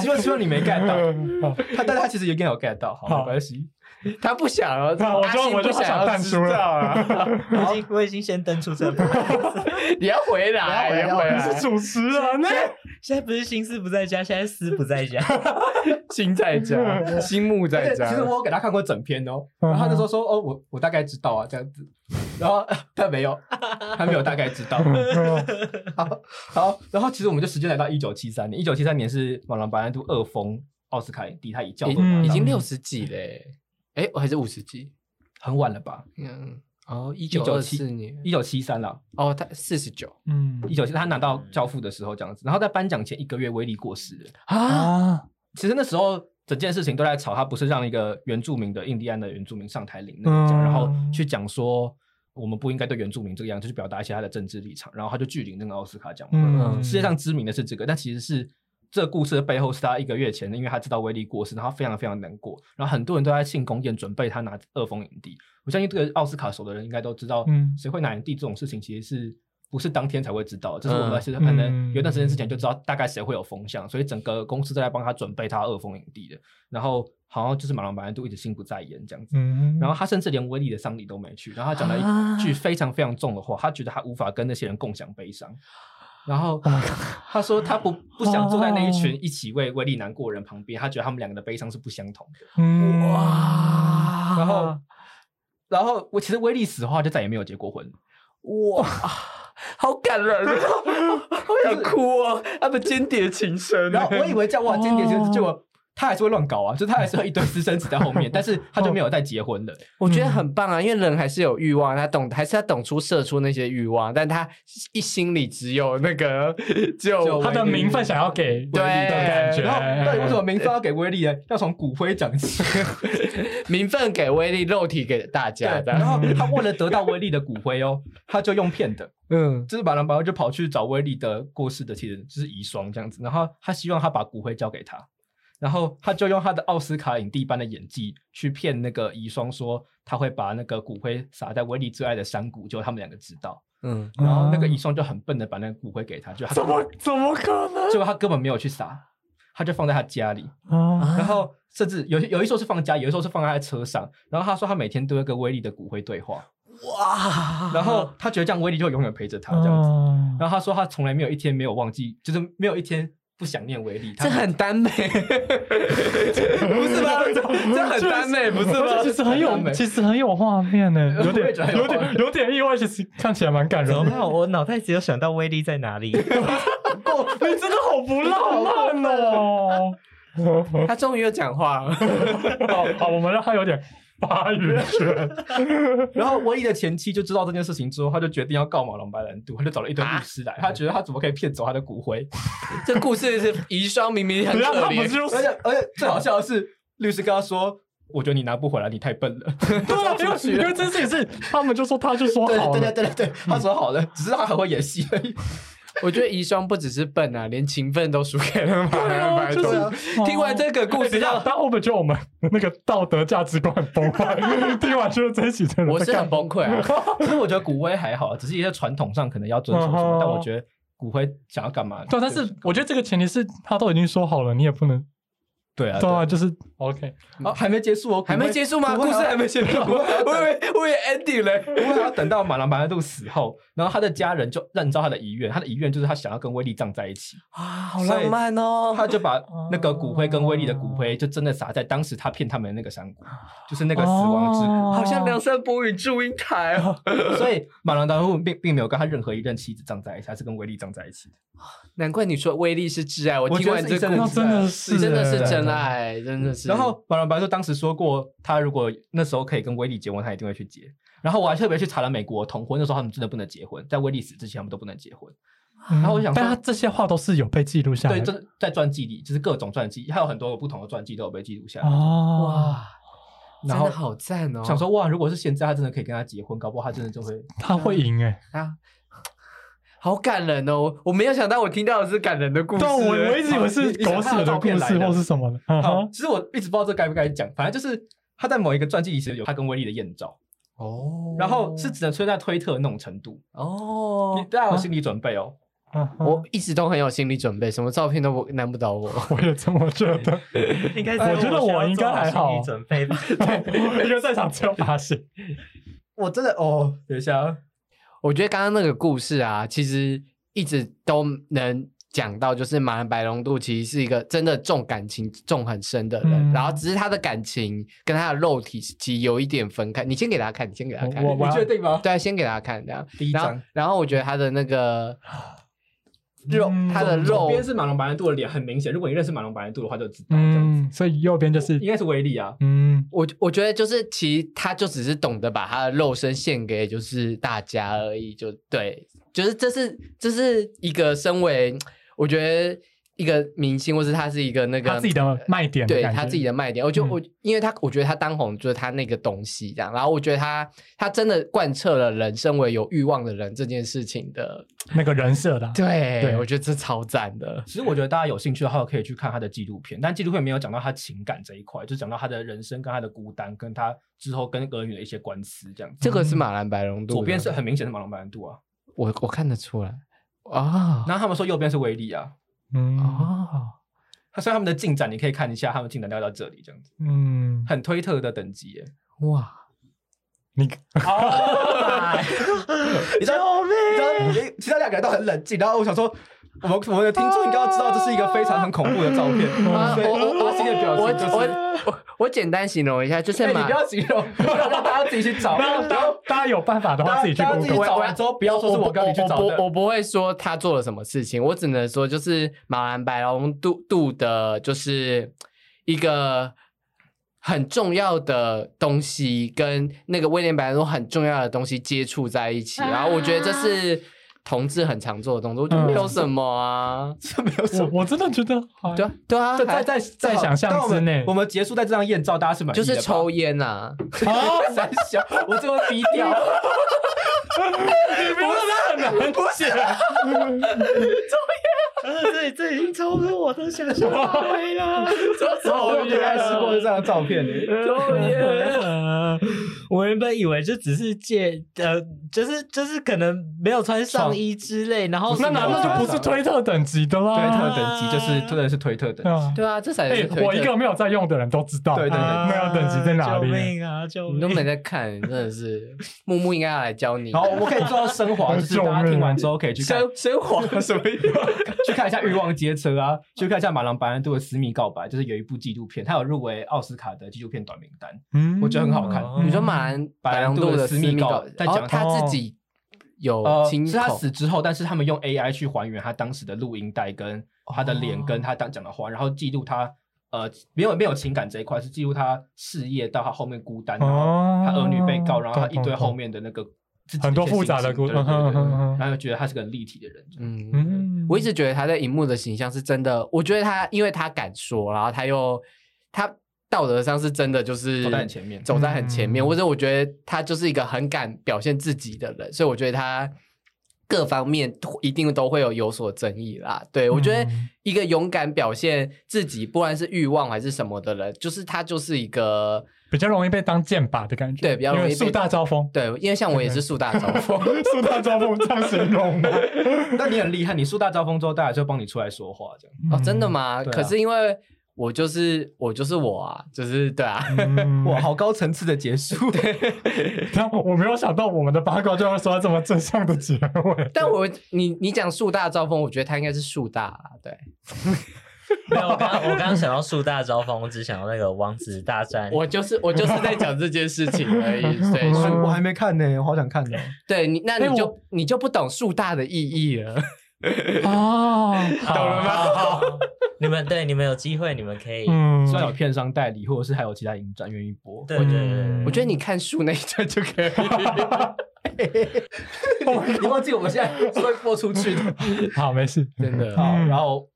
Speaker 2: 希望希望你没 *laughs* get 到，
Speaker 4: 好
Speaker 2: 他但是他其实应该有 get 到，好，没
Speaker 4: 好
Speaker 2: 关系。
Speaker 3: 他不想 *laughs* 啊，
Speaker 4: 那我就
Speaker 3: 阿信
Speaker 4: 我就
Speaker 3: 不
Speaker 4: 好
Speaker 3: 想
Speaker 4: 想
Speaker 3: 要
Speaker 4: 淡
Speaker 3: 知
Speaker 4: 出了
Speaker 3: 道
Speaker 4: *laughs*
Speaker 3: 啊，
Speaker 1: 我已经我已经先登出这部，
Speaker 3: 你要回来，你要回
Speaker 4: 你
Speaker 3: 来，
Speaker 4: 哎是主持人啊呢？
Speaker 1: 现在不是心思不在家，现在思不在家。
Speaker 3: 心
Speaker 2: *laughs*
Speaker 3: 在家，心木在
Speaker 2: 而且
Speaker 3: 家。嗯
Speaker 2: 其实我有给他看过整篇哦，然后他那时候说哦，我我大概知道啊这样子， *laughs* 然后他没有， *laughs* 他没有大概知道。
Speaker 3: 嗯
Speaker 2: 好，好，然后其实我们就时间来到一九七三年，一九七三年是马龙白兰度二封奥斯卡影帝，他以教
Speaker 3: 已
Speaker 2: 授拿到
Speaker 3: 已
Speaker 4: 嗯
Speaker 3: 经六十几嘞，哎，我还是五十几，
Speaker 2: 很晚了吧？
Speaker 3: 嗯，哦，一九二四年，
Speaker 2: 一九七三了，
Speaker 3: 哦，他四十九
Speaker 4: *laughs* 嗯
Speaker 2: 一九七他拿到教父的时候这样子，然后在颁奖前一个月，威利过世了。
Speaker 3: 啊，
Speaker 4: 啊，
Speaker 2: 其实那时候整件事情都在吵，他不是让一个原住民的印第安的原住民上台领那个奖，
Speaker 4: 嗯
Speaker 2: 然后去讲说我们不应该对原住民这个样子，去表达一些他的政治立场，然后他就拒领那个奥斯卡奖嘛。
Speaker 4: 嗯
Speaker 2: 世界上知名的是这个，但其实是这个故事的背后是他一个月前，因为他知道威力过世，然后他非常非常难过，然后很多人都在庆功宴准备他拿二封影帝。我相信这个奥斯卡手的人应该都知道，
Speaker 4: 嗯
Speaker 2: 谁会拿影帝这种事情，其实是不是当天才会知道的？就是我们
Speaker 3: 嗯
Speaker 2: 其实可能
Speaker 4: 嗯
Speaker 2: 有一段时间之前就知道大概谁会有风向，所以整个公司都在帮他准备他二封影帝的。然后好像就是马龙白兰度一直心不在焉这样子。
Speaker 4: 嗯，啊
Speaker 2: 然后他甚至连威利的丧礼都没去，然后他讲了一句非常非常重的话，他觉得他无法跟那些人共享悲伤。然后
Speaker 4: 哦
Speaker 2: 他说他不不想坐在那一群一起为威利难过的人旁边，他觉得他们两个的悲伤是不相同的。
Speaker 4: 嗯
Speaker 3: 哇，
Speaker 4: 啊
Speaker 2: 然后，然后我其实威利死后他就再也没有结过婚，
Speaker 3: 哇，好感人哦，好想哭哦，他的间谍情深
Speaker 2: *laughs* 然后我以为叫哇间谍就是结果他还是会乱搞啊，就是他还是有一堆私生子在后面，但是他就没有再结婚了。
Speaker 3: 我觉得很棒啊，因为人还是有欲望，他懂，还是他懂出射出那些欲望，但他一心里只有那个，只有
Speaker 2: 就
Speaker 4: 他的名分想要给
Speaker 3: 对
Speaker 4: 的感觉，
Speaker 2: 然后到底为什么名分要给威利呢？要从骨灰讲 *laughs* 起。
Speaker 3: 名分给威力，肉体给大家
Speaker 2: 对，
Speaker 3: 的
Speaker 2: 然。后他为了得到威力的骨灰哦，他就用骗的， *laughs*
Speaker 3: 嗯，
Speaker 2: 就是马龙白兰就跑去找威力的过世的妻人，就是遗孀这样子，然后他希望他把骨灰交给他，然后他就用他的奥斯卡影帝般的演技去骗那个遗孀说他会把那个骨灰撒在威力最爱的山谷，结果他们两个知道，
Speaker 3: 嗯，
Speaker 2: 然后那个遗孀就很笨的把那个骨灰给他，就他怎么
Speaker 4: 怎么可能？
Speaker 2: 结果他根本没有去撒，他就放在他家里，
Speaker 4: 啊，
Speaker 2: 然后甚至有些有一时候是放家，有一时候是放在他车上，然后他说他每天都会跟威力的骨灰对话。
Speaker 3: 啊哇
Speaker 2: 然后他觉得这样威力就永远陪着他这
Speaker 3: 啊
Speaker 2: 样子。
Speaker 4: 子，
Speaker 2: 然后他说他从来没有一天没有忘记，就是没有一天不想念威力。他
Speaker 3: 这很耽美，不是吧？这很耽美，不是
Speaker 4: 而
Speaker 3: 吧
Speaker 4: 且？其实很
Speaker 2: 很
Speaker 4: 有，
Speaker 2: 美
Speaker 4: 其实很有画面呢，有
Speaker 2: 我
Speaker 4: 点
Speaker 2: 也觉得很有
Speaker 4: 有
Speaker 2: 画
Speaker 4: 点
Speaker 2: 面
Speaker 4: 有点意外，其实看起来蛮感人
Speaker 1: 怎么
Speaker 4: 的。
Speaker 1: 办？我脑袋只有想到威力在哪里。
Speaker 4: 你真的好不浪漫哦！
Speaker 3: 他终于有讲话了，
Speaker 4: 好好，我们让他有点发语权。
Speaker 2: *laughs* 然后威力的前妻就知道这件事情之后，他就决定要告马龙白兰度，他就找了一堆
Speaker 3: 啊
Speaker 2: 律师来，他觉得他怎么可以骗走他的骨灰？
Speaker 3: 这故事是遗孀明明很
Speaker 4: *laughs* 等一下，
Speaker 3: 可
Speaker 4: 他不是
Speaker 3: 怜，
Speaker 4: 就
Speaker 2: *laughs* 而且
Speaker 4: 是
Speaker 2: 而且最好笑的是，律师跟他说：“我觉得你拿不回来，你太笨
Speaker 3: *laughs*
Speaker 2: 了。*laughs*
Speaker 4: 对啊，因为因为这件事情是他们就说他就说
Speaker 2: 对”
Speaker 4: 好
Speaker 2: 对对
Speaker 4: 了，
Speaker 2: 对对对，他说好了，只是他很会演戏而已。
Speaker 3: 我觉得遗孀不只是笨啊，连情分都输给了马
Speaker 4: 对
Speaker 3: 龙
Speaker 4: 啊，
Speaker 3: 白
Speaker 4: 就
Speaker 3: 兰度。
Speaker 4: 是
Speaker 3: 听完这个故
Speaker 4: 哎等
Speaker 3: 事
Speaker 4: 一下，
Speaker 2: *laughs*
Speaker 3: 让
Speaker 4: 但我们觉得
Speaker 3: *laughs*
Speaker 4: 我们那个道德价值观很崩坏。听完就是这一集的人
Speaker 3: 我
Speaker 4: 在
Speaker 3: 是
Speaker 4: 干
Speaker 3: 很
Speaker 4: 嘛，
Speaker 3: 崩溃啊！
Speaker 2: 其实我觉得骨灰还好，只是一些传统上可能要遵守什
Speaker 3: 哦
Speaker 2: 么，
Speaker 4: 嗯
Speaker 2: 但我觉得骨灰想要干嘛？
Speaker 3: 啊
Speaker 4: 对，啊但是我觉得这个前提是他都已经说好了，你也不能
Speaker 2: 对啊，
Speaker 4: 对
Speaker 2: 对
Speaker 4: 啊，
Speaker 2: 啊，
Speaker 4: 就是 OK。
Speaker 2: 哦还没结束哦，骨
Speaker 3: 还
Speaker 2: 灰
Speaker 3: 没结束吗？
Speaker 2: 骨
Speaker 3: 故
Speaker 2: 灰
Speaker 3: 事
Speaker 2: 要
Speaker 3: 还没结束吗，
Speaker 2: 骨灰还要
Speaker 3: 我以为我以为
Speaker 2: *laughs*
Speaker 3: ending 嘞。
Speaker 2: 因为他等到马龙白兰度死后，然后他的家人就按照他的遗愿，他的遗愿就是他想要跟威利葬在一起，
Speaker 3: 啊，好浪漫
Speaker 2: 然后
Speaker 3: 哦！
Speaker 2: 他就把那个骨灰跟威利的骨灰就真的撒在当时他骗他们的那个山谷，就是那个死亡之谷。
Speaker 3: 好像梁山伯与祝英台哦，
Speaker 2: 所以马龙白兰度并并没有跟他任何一任妻子葬在一起，他是跟威利葬在一起的。
Speaker 3: *laughs* 难怪你说威力是挚爱。我
Speaker 2: 我
Speaker 3: 听
Speaker 2: 觉
Speaker 3: 完
Speaker 2: 得是
Speaker 3: 这
Speaker 2: 一生
Speaker 3: 故事，
Speaker 4: 那真的是
Speaker 3: 真的
Speaker 2: 对
Speaker 3: 是
Speaker 2: 对
Speaker 3: 真爱，真的是。
Speaker 2: 然后马龙白兰度当时说过，他如果那时候可以跟威利结婚，他一定会去结。然后我还特别去查了美国同婚，那时候他们真的不能结婚，在威利死之前他们都不能结婚。
Speaker 4: 然
Speaker 2: 后我想说
Speaker 4: 嗯但他这些话都是有被记录下来
Speaker 2: 对，
Speaker 4: 的，
Speaker 2: 就是在传记里，就是各种传记，还有很多不同的传记都有被记录下来。
Speaker 4: 哦，
Speaker 3: 哇，真
Speaker 2: 然后
Speaker 3: 的好赞哦！
Speaker 2: 想说哇，如果是现在，他真的可以跟他结婚，搞不好他真的就会。
Speaker 4: 他会赢哎。
Speaker 3: 啊，好感人哦！我没有想到我听到的是感人的故事。
Speaker 4: 对啊，我我一直以为是狗屎的故事或是什么的。嗯
Speaker 2: 好，
Speaker 4: 哼
Speaker 2: 其实我一直不知道这该不该讲，反正就是他在某一个传记里是有他跟威利的艳照，
Speaker 3: 哦，
Speaker 2: 然后是只能出现在推特那种程度。你
Speaker 3: 哦，
Speaker 2: 大家有心理准备哦。
Speaker 4: 嗯哼
Speaker 3: 我一直都很有心理准备，什么照片都不难不倒我。 *laughs*
Speaker 4: 我也这么觉得，
Speaker 1: *laughs* 应该是
Speaker 4: 我觉得我应该还好
Speaker 1: 需要做心理准备吧。 *laughs*
Speaker 4: 一个在场只有
Speaker 3: *laughs*
Speaker 4: 八星。
Speaker 2: 我真的哦，等一下，
Speaker 3: 我觉得刚刚那个故事啊，其实一直都能讲到，就是马兰白龙度其实是一个真的重感情、重很深的人，
Speaker 4: 嗯
Speaker 3: 然后只是他的感情跟他的肉体其实有一点分开。你先给大家看，你先给大家看，
Speaker 4: 我我
Speaker 2: 你确定吗？
Speaker 3: 对，啊先给大家看这样。
Speaker 2: 第一
Speaker 3: 然后
Speaker 2: 张，，
Speaker 3: 然后我觉得他的那个肉，
Speaker 4: 嗯
Speaker 3: 他的
Speaker 2: 左
Speaker 3: 肉
Speaker 2: 边是马龙白兰度的脸，很明显。如果你认识马龙白兰度的话，就知道。嗯，
Speaker 4: 嗯，所以右边就是
Speaker 2: 应该是威利啊。
Speaker 4: 嗯，
Speaker 3: 我我觉得就是，其实他就只是懂得把他的肉身献给就是大家而已，就对，就是这是这是一个身为我觉得一个明星，或是他是一个那个
Speaker 4: 他自己的卖点的
Speaker 3: 对
Speaker 4: 感觉嗯
Speaker 3: 他自己的卖点。我就我，因为他我觉得他当红就是他那个东西这样，然后我觉得他他真的贯彻了人身为有欲望的人这件事情的，
Speaker 4: 那个人设的，啊
Speaker 3: *laughs* 对，
Speaker 4: 对
Speaker 3: 我觉得这超赞的。
Speaker 2: 其实我觉得大家有兴趣的话，可以去看他的纪录片，但纪录片没有讲到他情感这一块，就讲到他的人生跟他的孤单，跟他之后跟俄语的一些官司这样子。
Speaker 3: 这
Speaker 4: 嗯
Speaker 3: 个是马兰白龙度的，
Speaker 2: 左边是很明显是马龙白兰度啊，
Speaker 3: 我我看得出来啊
Speaker 2: 然后他们说右边是威利啊，
Speaker 4: 嗯
Speaker 3: 哦，
Speaker 2: 他所以他们的进展你可以看一下，他们进展到到这里这样子，
Speaker 4: 嗯，
Speaker 2: 很推特的等级耶。
Speaker 3: 哇，
Speaker 4: 你 *laughs*
Speaker 2: 你知道，你知道，其他两个人都很冷静。然后我想说，我们我们的听众应该要知道，这是一个非常很恐怖的照片。
Speaker 3: 啊
Speaker 2: 所以
Speaker 3: 我我我
Speaker 2: 阿信的表
Speaker 3: 我
Speaker 2: 情就是，
Speaker 3: 我我我简单形容一下，就是
Speaker 2: 哎，你
Speaker 3: 马
Speaker 2: 不要形容，让大家自己去找。
Speaker 4: 大家
Speaker 2: 然
Speaker 4: 大家
Speaker 2: 后
Speaker 4: 大家有办法的话，自己去
Speaker 2: 大家自己
Speaker 4: Google。
Speaker 2: 找完之后，不要说是我跟你去找
Speaker 3: 我不
Speaker 2: 的。
Speaker 3: 我不会说他做了什么事情，我只能说就是马兰白龙度度的，就是一个很重要的东西，跟那个威廉白龙很重要的东西接触在一起，
Speaker 5: 啊
Speaker 3: 然后我觉得这是
Speaker 2: 啊
Speaker 3: 同志很常做的动作，我觉得没有什么啊，
Speaker 2: 这没有什么。
Speaker 4: 我我真的觉得，啊
Speaker 3: 对啊对啊，
Speaker 2: 这在
Speaker 3: 还
Speaker 2: 在
Speaker 4: 在想象
Speaker 2: 但我们
Speaker 4: 之内
Speaker 2: 我们结束在这张艳照，大家是满意
Speaker 3: 就
Speaker 2: 的吧哦
Speaker 3: 是
Speaker 2: *laughs*
Speaker 3: 抽烟啊，
Speaker 2: 三小，我这么低调，啊
Speaker 3: 不是，
Speaker 4: 啊
Speaker 1: 这呃这已经超出我的想象范围了。
Speaker 2: *laughs* 我没有爱试过这张照片呢。
Speaker 3: 抽烟。
Speaker 1: 呃， *laughs* 我原本以为就只是借呃，就是就是可能没有穿上衣之类，然后
Speaker 4: 那
Speaker 1: 什么 *laughs*
Speaker 4: 难道就不是推特等级的
Speaker 3: 哦
Speaker 4: 啦？
Speaker 2: 推特等级就是真的是推特等
Speaker 4: 对
Speaker 2: 级，
Speaker 4: 啊，
Speaker 3: 对啊，这才
Speaker 4: 哎
Speaker 3: 是推特、
Speaker 4: 我一个没有在用的人都知道，
Speaker 2: 对对对
Speaker 1: 啊
Speaker 4: 那个等级在哪
Speaker 1: 救
Speaker 4: 里？
Speaker 1: 命啊！救
Speaker 3: 你都没
Speaker 1: 命！
Speaker 3: 在看，你真的是木木应该要来教你。
Speaker 2: 然后我们可以做到升
Speaker 3: *laughs*
Speaker 2: 华，就是大家听完之后可以去看
Speaker 3: 生 *laughs* 生活
Speaker 2: 什么意思？去看一下《欲望街车》啊，去看一下马龙白兰度的《私密告白》，就是有一部纪录片，它有入围奥斯卡的纪录片短名单，
Speaker 4: 嗯
Speaker 2: 我觉得很好看。
Speaker 1: 哦
Speaker 3: 你说
Speaker 2: 嗯
Speaker 3: 马兰白狼度的私密
Speaker 2: 白狼
Speaker 3: 告
Speaker 2: 度的，私密告在
Speaker 3: 然后
Speaker 2: 讲
Speaker 3: 他自己有
Speaker 2: 呃，
Speaker 3: 亲哦口，
Speaker 2: 是他死之后，但是他们用 AI 去还原他当时的录音带、跟他的脸、
Speaker 3: 哦
Speaker 2: 跟他当讲的话，然后记录他呃没有没有情感这一块，是记录他事业到他后面孤单，然后
Speaker 4: 哦
Speaker 2: 他儿女被告，然后他一堆
Speaker 4: 懂懂
Speaker 2: 后面的那个自己的
Speaker 4: 很多
Speaker 2: 一些
Speaker 4: 复杂的
Speaker 2: 心情
Speaker 4: 故
Speaker 2: 对对对对
Speaker 4: 嗯哼
Speaker 2: 对
Speaker 4: 嗯哼
Speaker 2: 然后觉得他是个很立体的人。
Speaker 3: 嗯
Speaker 4: 嗯
Speaker 3: 我一直觉得他在荧幕的形象是真的，我觉得他因为他敢说，然后他又他道德上是真的，就是
Speaker 2: 走在很前面
Speaker 3: 走在很前面，
Speaker 4: 嗯
Speaker 3: 或者我觉得他就是一个很敢表现自己的人，所以我觉得他各方面一定都会有有所争议啦。对我觉得
Speaker 4: 嗯
Speaker 3: 一个勇敢表现自己，不管是欲望还是什么的人，就是他就是一个
Speaker 4: 比较容易被当箭靶的感觉，
Speaker 3: 对比较容易被
Speaker 4: 因为树大招风，
Speaker 3: 对，因为像我也是树大招风。
Speaker 4: 树大招风这样形容吗？
Speaker 2: *laughs* 那你很厉害，你树大招风之后，大家就帮你出来说话，这样。
Speaker 3: 哦，真的？吗？
Speaker 2: 对啊
Speaker 3: 可是因为我就是我就是我啊，就是对
Speaker 4: *laughs*
Speaker 3: 啊，
Speaker 2: *laughs*
Speaker 4: 嗯
Speaker 2: 哇，好高层次的结 *laughs* 束。
Speaker 4: 但我没有想到我们的八卦就要说到这么正向的结尾。
Speaker 3: 但我你你讲树大招风，我觉得他应该是树大啊，对，
Speaker 1: *laughs* 没有，我刚我刚刚想到树大招风，我只想到那个王子大战。
Speaker 3: 我就是我就是在讲这件事情而已，对，
Speaker 4: 我
Speaker 3: 树
Speaker 4: 还我还
Speaker 2: 没看呢，我好想看呢。
Speaker 3: 对你那你
Speaker 4: 哎
Speaker 3: 就、
Speaker 4: 我
Speaker 3: 你就不懂树大的意义了， *laughs*
Speaker 4: 哦，
Speaker 1: 懂了吗？好你们对你们有机会，你们可以。
Speaker 2: *laughs*
Speaker 4: 嗯
Speaker 2: 虽然有片商代理，或者是还有其他影展愿意播。
Speaker 1: 对对对
Speaker 4: 嗯
Speaker 1: 对，
Speaker 3: 我觉得你看树那一段就可以。 *laughs*
Speaker 2: 你忘记我们现在是会播出去的。
Speaker 4: 好，没事。
Speaker 3: 真的
Speaker 2: 好，
Speaker 4: 嗯
Speaker 2: 然后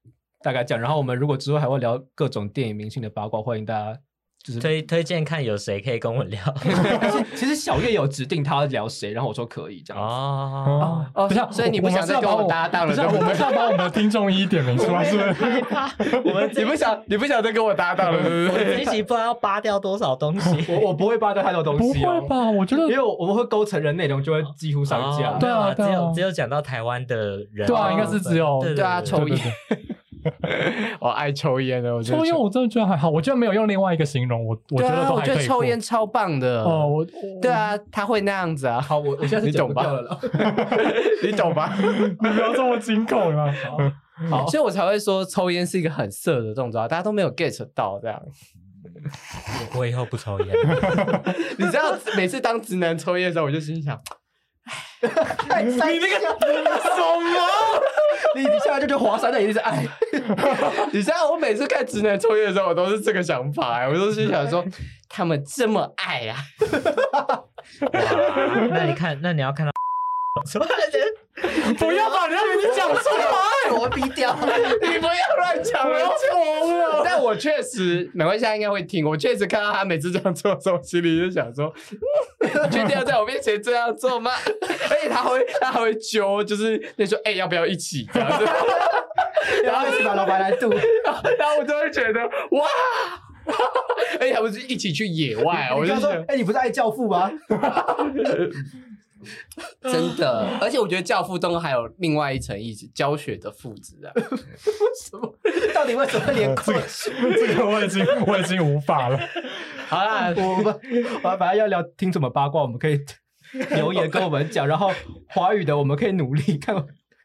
Speaker 2: 大概讲，然后我们如果之后还会聊各种电影明星的八卦，欢迎大 *laughs* 家就是。
Speaker 1: 推推荐看有谁可以跟我聊
Speaker 2: 但是其实小月有指定她聊谁，然后我说可以这样子。
Speaker 4: *laughs*
Speaker 1: 哦。
Speaker 4: 哦，
Speaker 3: 哦
Speaker 4: 等一下
Speaker 3: 所以你不想再跟我搭档了
Speaker 4: 等一
Speaker 3: 对
Speaker 4: 下
Speaker 3: 不
Speaker 4: 我
Speaker 3: 对
Speaker 4: 们是要啊把我们的听众一点名出来，是不是？
Speaker 1: 我们这
Speaker 3: 你不想你不想再跟我搭档了，对
Speaker 1: 我
Speaker 3: 不
Speaker 1: 们
Speaker 3: 对？
Speaker 1: 这一集不知道要扒掉多少东西。
Speaker 2: *laughs* 我我不会扒掉太多东
Speaker 4: *laughs* 不
Speaker 2: 西哦
Speaker 4: 会，吧？我觉得
Speaker 2: 因为我我们会勾成人内容，就会几乎上架
Speaker 1: 嗯 *laughs* 哦。
Speaker 4: 对啊
Speaker 1: 没有
Speaker 4: 对啊
Speaker 1: 只有只有讲到台湾的人，
Speaker 4: 对啊应该是只有
Speaker 1: 对
Speaker 3: 对 *laughs* 啊抽
Speaker 4: 对对
Speaker 3: 烟
Speaker 4: 对
Speaker 3: 我爱抽烟的，我觉得
Speaker 4: 抽烟，我真的觉得还好。我觉得没有用另外一个形容，我我
Speaker 3: 对
Speaker 4: 觉
Speaker 3: 啊，
Speaker 4: 得都
Speaker 3: 我
Speaker 4: 还
Speaker 3: 觉
Speaker 4: 可
Speaker 3: 得
Speaker 4: 以。
Speaker 3: 抽烟，超棒的
Speaker 4: 哦，我
Speaker 3: 对，啊，他会那样子啊，
Speaker 2: 好，我我现在是
Speaker 3: 你懂吧
Speaker 2: 剪不掉了啦
Speaker 3: 你懂 *laughs* 吧？
Speaker 4: 你不要这么啊紧口嘛。
Speaker 2: 好
Speaker 3: 所以我才会说抽烟是一个很色的动作啊，大家都没有 get 到这样。
Speaker 1: 我我以后不抽
Speaker 4: *laughs*
Speaker 1: 烟。
Speaker 3: 你知道每次当直男抽烟的时候，我就心想，哎
Speaker 2: 你那个什么？ *laughs* 你你下来就觉得华山的一哎定是 *laughs* 爱，
Speaker 3: 你知道我每次看直男抽烟的时候，我都是这个想法、哎我都是想说，他们这么爱啊，
Speaker 1: 那你看，那你要看到什么人？
Speaker 4: 不要把人家名字讲出来，
Speaker 5: 我逼掉。
Speaker 3: 你不要乱讲，我要疯了。但我确实，美惠现在应该会听。我确实看到他每次这样做的时候，我心里就想说，嗯确定要在我面前这样 *laughs* 做吗？而且哎他会，他还会揪，就是那时候，哎、要不要一起这样子？
Speaker 5: 然后一起把老白来度，
Speaker 3: 然后我就会觉得，哇！ *laughs* 而且还不是一起去野外，我
Speaker 5: 你
Speaker 3: 就
Speaker 5: 刚
Speaker 3: 觉
Speaker 5: 说，
Speaker 3: 得。
Speaker 5: 哎，你不是爱教父
Speaker 2: *laughs*
Speaker 5: 吗？
Speaker 3: 真的，而且我觉得教父中还有另外一层意思，教学的父子啊。
Speaker 5: 到底为什么连
Speaker 2: *laughs*
Speaker 4: 这
Speaker 5: 过
Speaker 4: 个这个我已经我已经无法了。
Speaker 3: 好啦，
Speaker 2: *laughs* 我们我反正要聊听什么八卦，我们可以留言跟我们讲，然后华语的我们可以努力看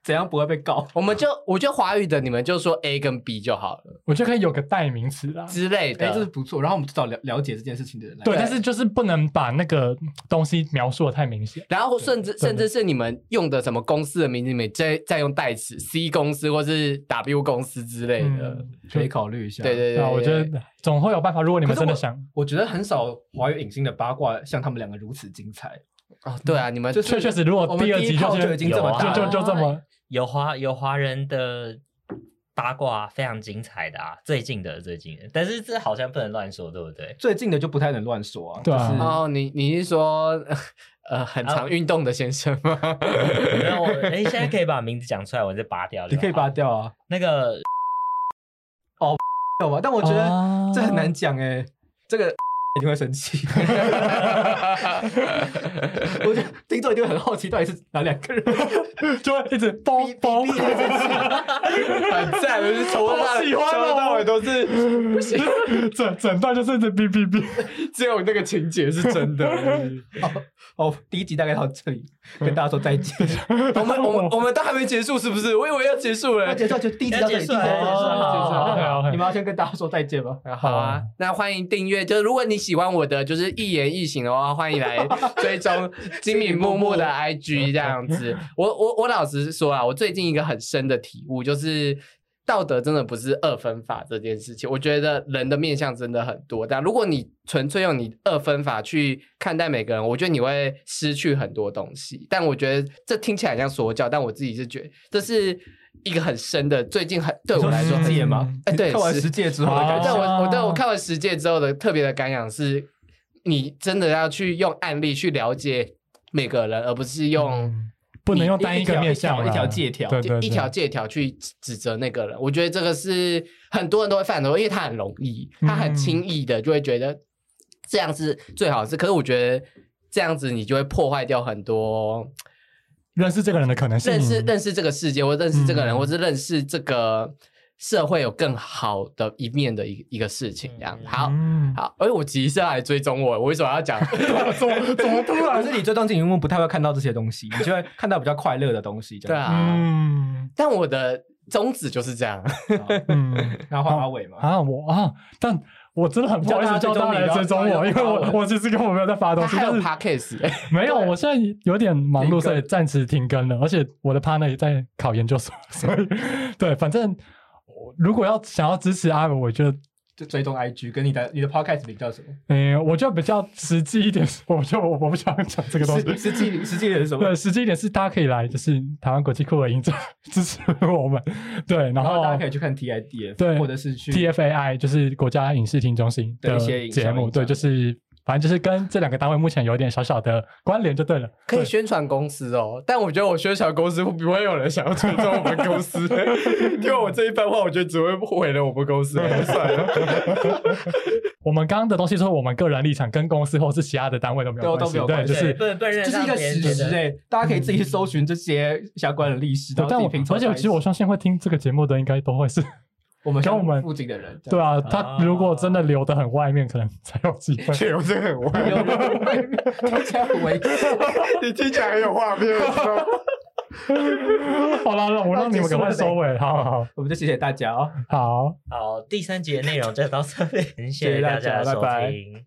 Speaker 2: 怎样不会被 *laughs* 告。
Speaker 3: 我们就我觉得华语的你们就说 A 跟 B 就好了
Speaker 4: 我觉得可以有个代名词啦。
Speaker 3: 之类
Speaker 2: 哎、
Speaker 3: 的。
Speaker 2: 这是不错。然后我们至少了了解这件事情的人来。
Speaker 4: 对，
Speaker 3: 对
Speaker 4: 但是就是不能把那个东西描述的太明显。
Speaker 3: 然后甚至
Speaker 4: 对
Speaker 3: 甚至是你们用的什么公司的名字，你们再再用代词 C 公司或是 W 公司之类的。
Speaker 4: 嗯，
Speaker 2: 可以考虑一下。
Speaker 3: 呃对对对，
Speaker 4: 啊，我觉
Speaker 3: 对
Speaker 4: 得总会有办法。如果你们
Speaker 2: 可是我
Speaker 4: 真的想，
Speaker 2: 我觉得很少华语影星的八卦像他们两个如此精彩。
Speaker 3: 哦，对啊，你们
Speaker 2: 就是
Speaker 4: 确确实，如
Speaker 2: 我
Speaker 4: 果
Speaker 2: 们
Speaker 4: 第二
Speaker 2: 第一
Speaker 4: 集
Speaker 2: 炮
Speaker 4: 就啊
Speaker 2: 就已经这么
Speaker 4: 就
Speaker 2: 大
Speaker 4: 就
Speaker 2: 了
Speaker 4: 就这么
Speaker 1: *laughs* 有华有华人的八卦非常精彩的啊，最近的最近的，但是这好像不能乱说，对不
Speaker 4: *laughs*
Speaker 1: 对？
Speaker 2: 最近的就不太能乱说啊。
Speaker 4: 对啊
Speaker 2: 就是
Speaker 3: 哦，你你是说 *laughs* 呃很常运动的先生吗？ *laughs*
Speaker 1: 没有，我哎，现在可以把名字讲出来，我就拔掉就好。
Speaker 2: 你可以拔掉啊，哦
Speaker 1: 那个
Speaker 2: *laughs* 有吧？但我觉得
Speaker 4: 啊
Speaker 2: 这很难讲哎、这个 *laughs* 一定会生气。 *laughs* 我觉得听众一定会很好奇，到底是哪两个人？
Speaker 4: *laughs* 就会一直包包，
Speaker 3: 很赞，就是从头到
Speaker 4: 好喜欢哦
Speaker 3: 从头到尾都是，不行，
Speaker 4: *laughs* 整整段就是一直哔哔哔。
Speaker 3: 只有那个情节是真的。
Speaker 2: 哦，第一集大概到这里，跟大家说再见。
Speaker 3: 我们我们我们都还没结束，是不是？我以为要结
Speaker 2: *laughs*
Speaker 3: 束
Speaker 2: 那
Speaker 3: 了。
Speaker 2: 结束就第一集到这里，第一集到这里
Speaker 1: 要结束了
Speaker 2: 好好好
Speaker 4: 结束了
Speaker 2: 好
Speaker 4: OK，OK
Speaker 2: 你们要先跟大家说再见吗？
Speaker 3: 好啊，那欢迎订阅。就是如果你喜欢我的就是一言一行的话，欢迎 *laughs* 来追踪金敏木木的 IG 这样子。我我我老实说啊，我最近一个很深的体悟就是。道德真的不是二分法这件事情，我觉得人的面相真的很多，但如果你纯粹用你二分法去看待每个人，我觉得你会失去很多东西。但我觉得这听起来很像说教，但我自己是觉得这是一个很深的，最近很对我来说很
Speaker 4: 你说
Speaker 2: 十
Speaker 4: 世
Speaker 2: 戒
Speaker 4: 界
Speaker 2: 吗
Speaker 4: 吗？
Speaker 3: 哎对
Speaker 2: 看完
Speaker 3: 是
Speaker 2: 十戒之后的感
Speaker 4: 好
Speaker 2: 觉
Speaker 3: 但。我我对
Speaker 4: 啊
Speaker 3: 我看完《十戒》之后的特别的感想是，你真的要去用案例去了解每个人，而不是用
Speaker 4: 嗯不能用单一个面向啦，
Speaker 2: 一条一条借条
Speaker 4: 对嗯对，
Speaker 3: 一
Speaker 4: 对
Speaker 3: 条借条去指指责那个人。我觉得这个是很多人都会犯的，因为他很容易，他很轻
Speaker 4: 嗯
Speaker 3: 易的就会觉得这样是最好的是。可是我觉得这样子你就会破坏掉很多
Speaker 4: 认识这个人的可能性，
Speaker 3: 认识认识这个世界，或认识这个人，
Speaker 4: 嗯
Speaker 3: 或是认识这个社会有更好的一面的一一个事情。这样好。
Speaker 4: 嗯，
Speaker 3: 好，哎、我急是要来追踪我，我为什么要讲？
Speaker 4: *laughs* 怎么怎么突
Speaker 2: 可
Speaker 4: 然？
Speaker 2: 是你追踪进荧幕不太会看到这些东西，你就会看到比较快乐的东西。这
Speaker 3: *laughs* 对
Speaker 2: 样
Speaker 3: 啊，
Speaker 4: 嗯
Speaker 3: 但我的宗旨就是这样。
Speaker 4: 嗯
Speaker 2: 然后换阿伟嘛，
Speaker 4: 啊，我啊，但我真的很不好意思叫大家来追踪
Speaker 2: 哦哎
Speaker 4: 我，因为我我其实根本没有在发东
Speaker 3: 他
Speaker 4: 西，
Speaker 3: 还有
Speaker 4: 但是
Speaker 3: podcast，、欸、
Speaker 4: *laughs* 没有，我现在有点忙
Speaker 2: 停更
Speaker 4: 碌，所以暂时停更了。而且我的 partner 也在考研究所， *laughs* 所以对，反正我如果要想要支持阿伟，我觉得，
Speaker 2: 就追踪 IG 跟你的你的 Podcast 名叫什么？
Speaker 4: 嗯、我就比较实际一点，我就我我不想讲这个东西。
Speaker 2: 实实际实际人是什么
Speaker 4: 对，？实际一点是大家可以来，就是台湾国际酷儿营这支持我们。对，然
Speaker 2: 然后
Speaker 4: 后
Speaker 2: 大家可以去看 TIDF，
Speaker 4: 对
Speaker 2: 或者是去
Speaker 4: TFAI 就是国家影视厅中心
Speaker 2: 的
Speaker 4: 的
Speaker 2: 一些影像
Speaker 4: 节目，
Speaker 2: 影
Speaker 4: 对，
Speaker 2: 像
Speaker 4: 就是反正就是跟这两个单位目前有一点小小的关联就对了。
Speaker 3: 可以宣传公司哦。但我觉得我宣传公司会不会有人想要追踪我们公司？ *laughs* 因为我这一番话，我觉得只会毁了我们公司。哎算
Speaker 4: *laughs*
Speaker 3: 了，
Speaker 4: 我们刚刚的东西说我们个人立场跟公司或是其他的单位都没有
Speaker 2: 都
Speaker 4: 关
Speaker 2: 都没
Speaker 4: 系
Speaker 2: 有，
Speaker 4: 对，
Speaker 2: 关系
Speaker 4: 就是
Speaker 1: 对不能让
Speaker 2: 这是一
Speaker 1: 让
Speaker 2: 个
Speaker 1: 别人
Speaker 2: 史
Speaker 1: 觉
Speaker 2: 实
Speaker 1: 得
Speaker 2: 哎，大家可以自己去搜寻这些相关的历史，
Speaker 4: 对
Speaker 2: 然后
Speaker 4: 但
Speaker 2: 自
Speaker 4: 我
Speaker 2: 己拼凑
Speaker 4: 而
Speaker 2: 在一起。
Speaker 4: 且其实我相信会听这个节目的应该都会是，
Speaker 2: 我们
Speaker 4: 跟我
Speaker 2: 像
Speaker 4: 们
Speaker 2: 附近的人，这
Speaker 4: 对
Speaker 2: 样
Speaker 4: 啊，他如果真的留得很外面，可能才有机
Speaker 3: *laughs*
Speaker 4: 会。
Speaker 3: 确有这很歪，
Speaker 2: 有人外面听起来很危险。
Speaker 3: 你听起来很有画面。
Speaker 4: 好啦，那我让你们赶快收尾，好好
Speaker 2: 我们就谢谢大家哦。
Speaker 4: 好。
Speaker 1: 好，第三集的内容就到这里，谢
Speaker 2: 谢
Speaker 1: 大
Speaker 2: 大家
Speaker 1: 家的收
Speaker 2: 拜拜
Speaker 1: 听。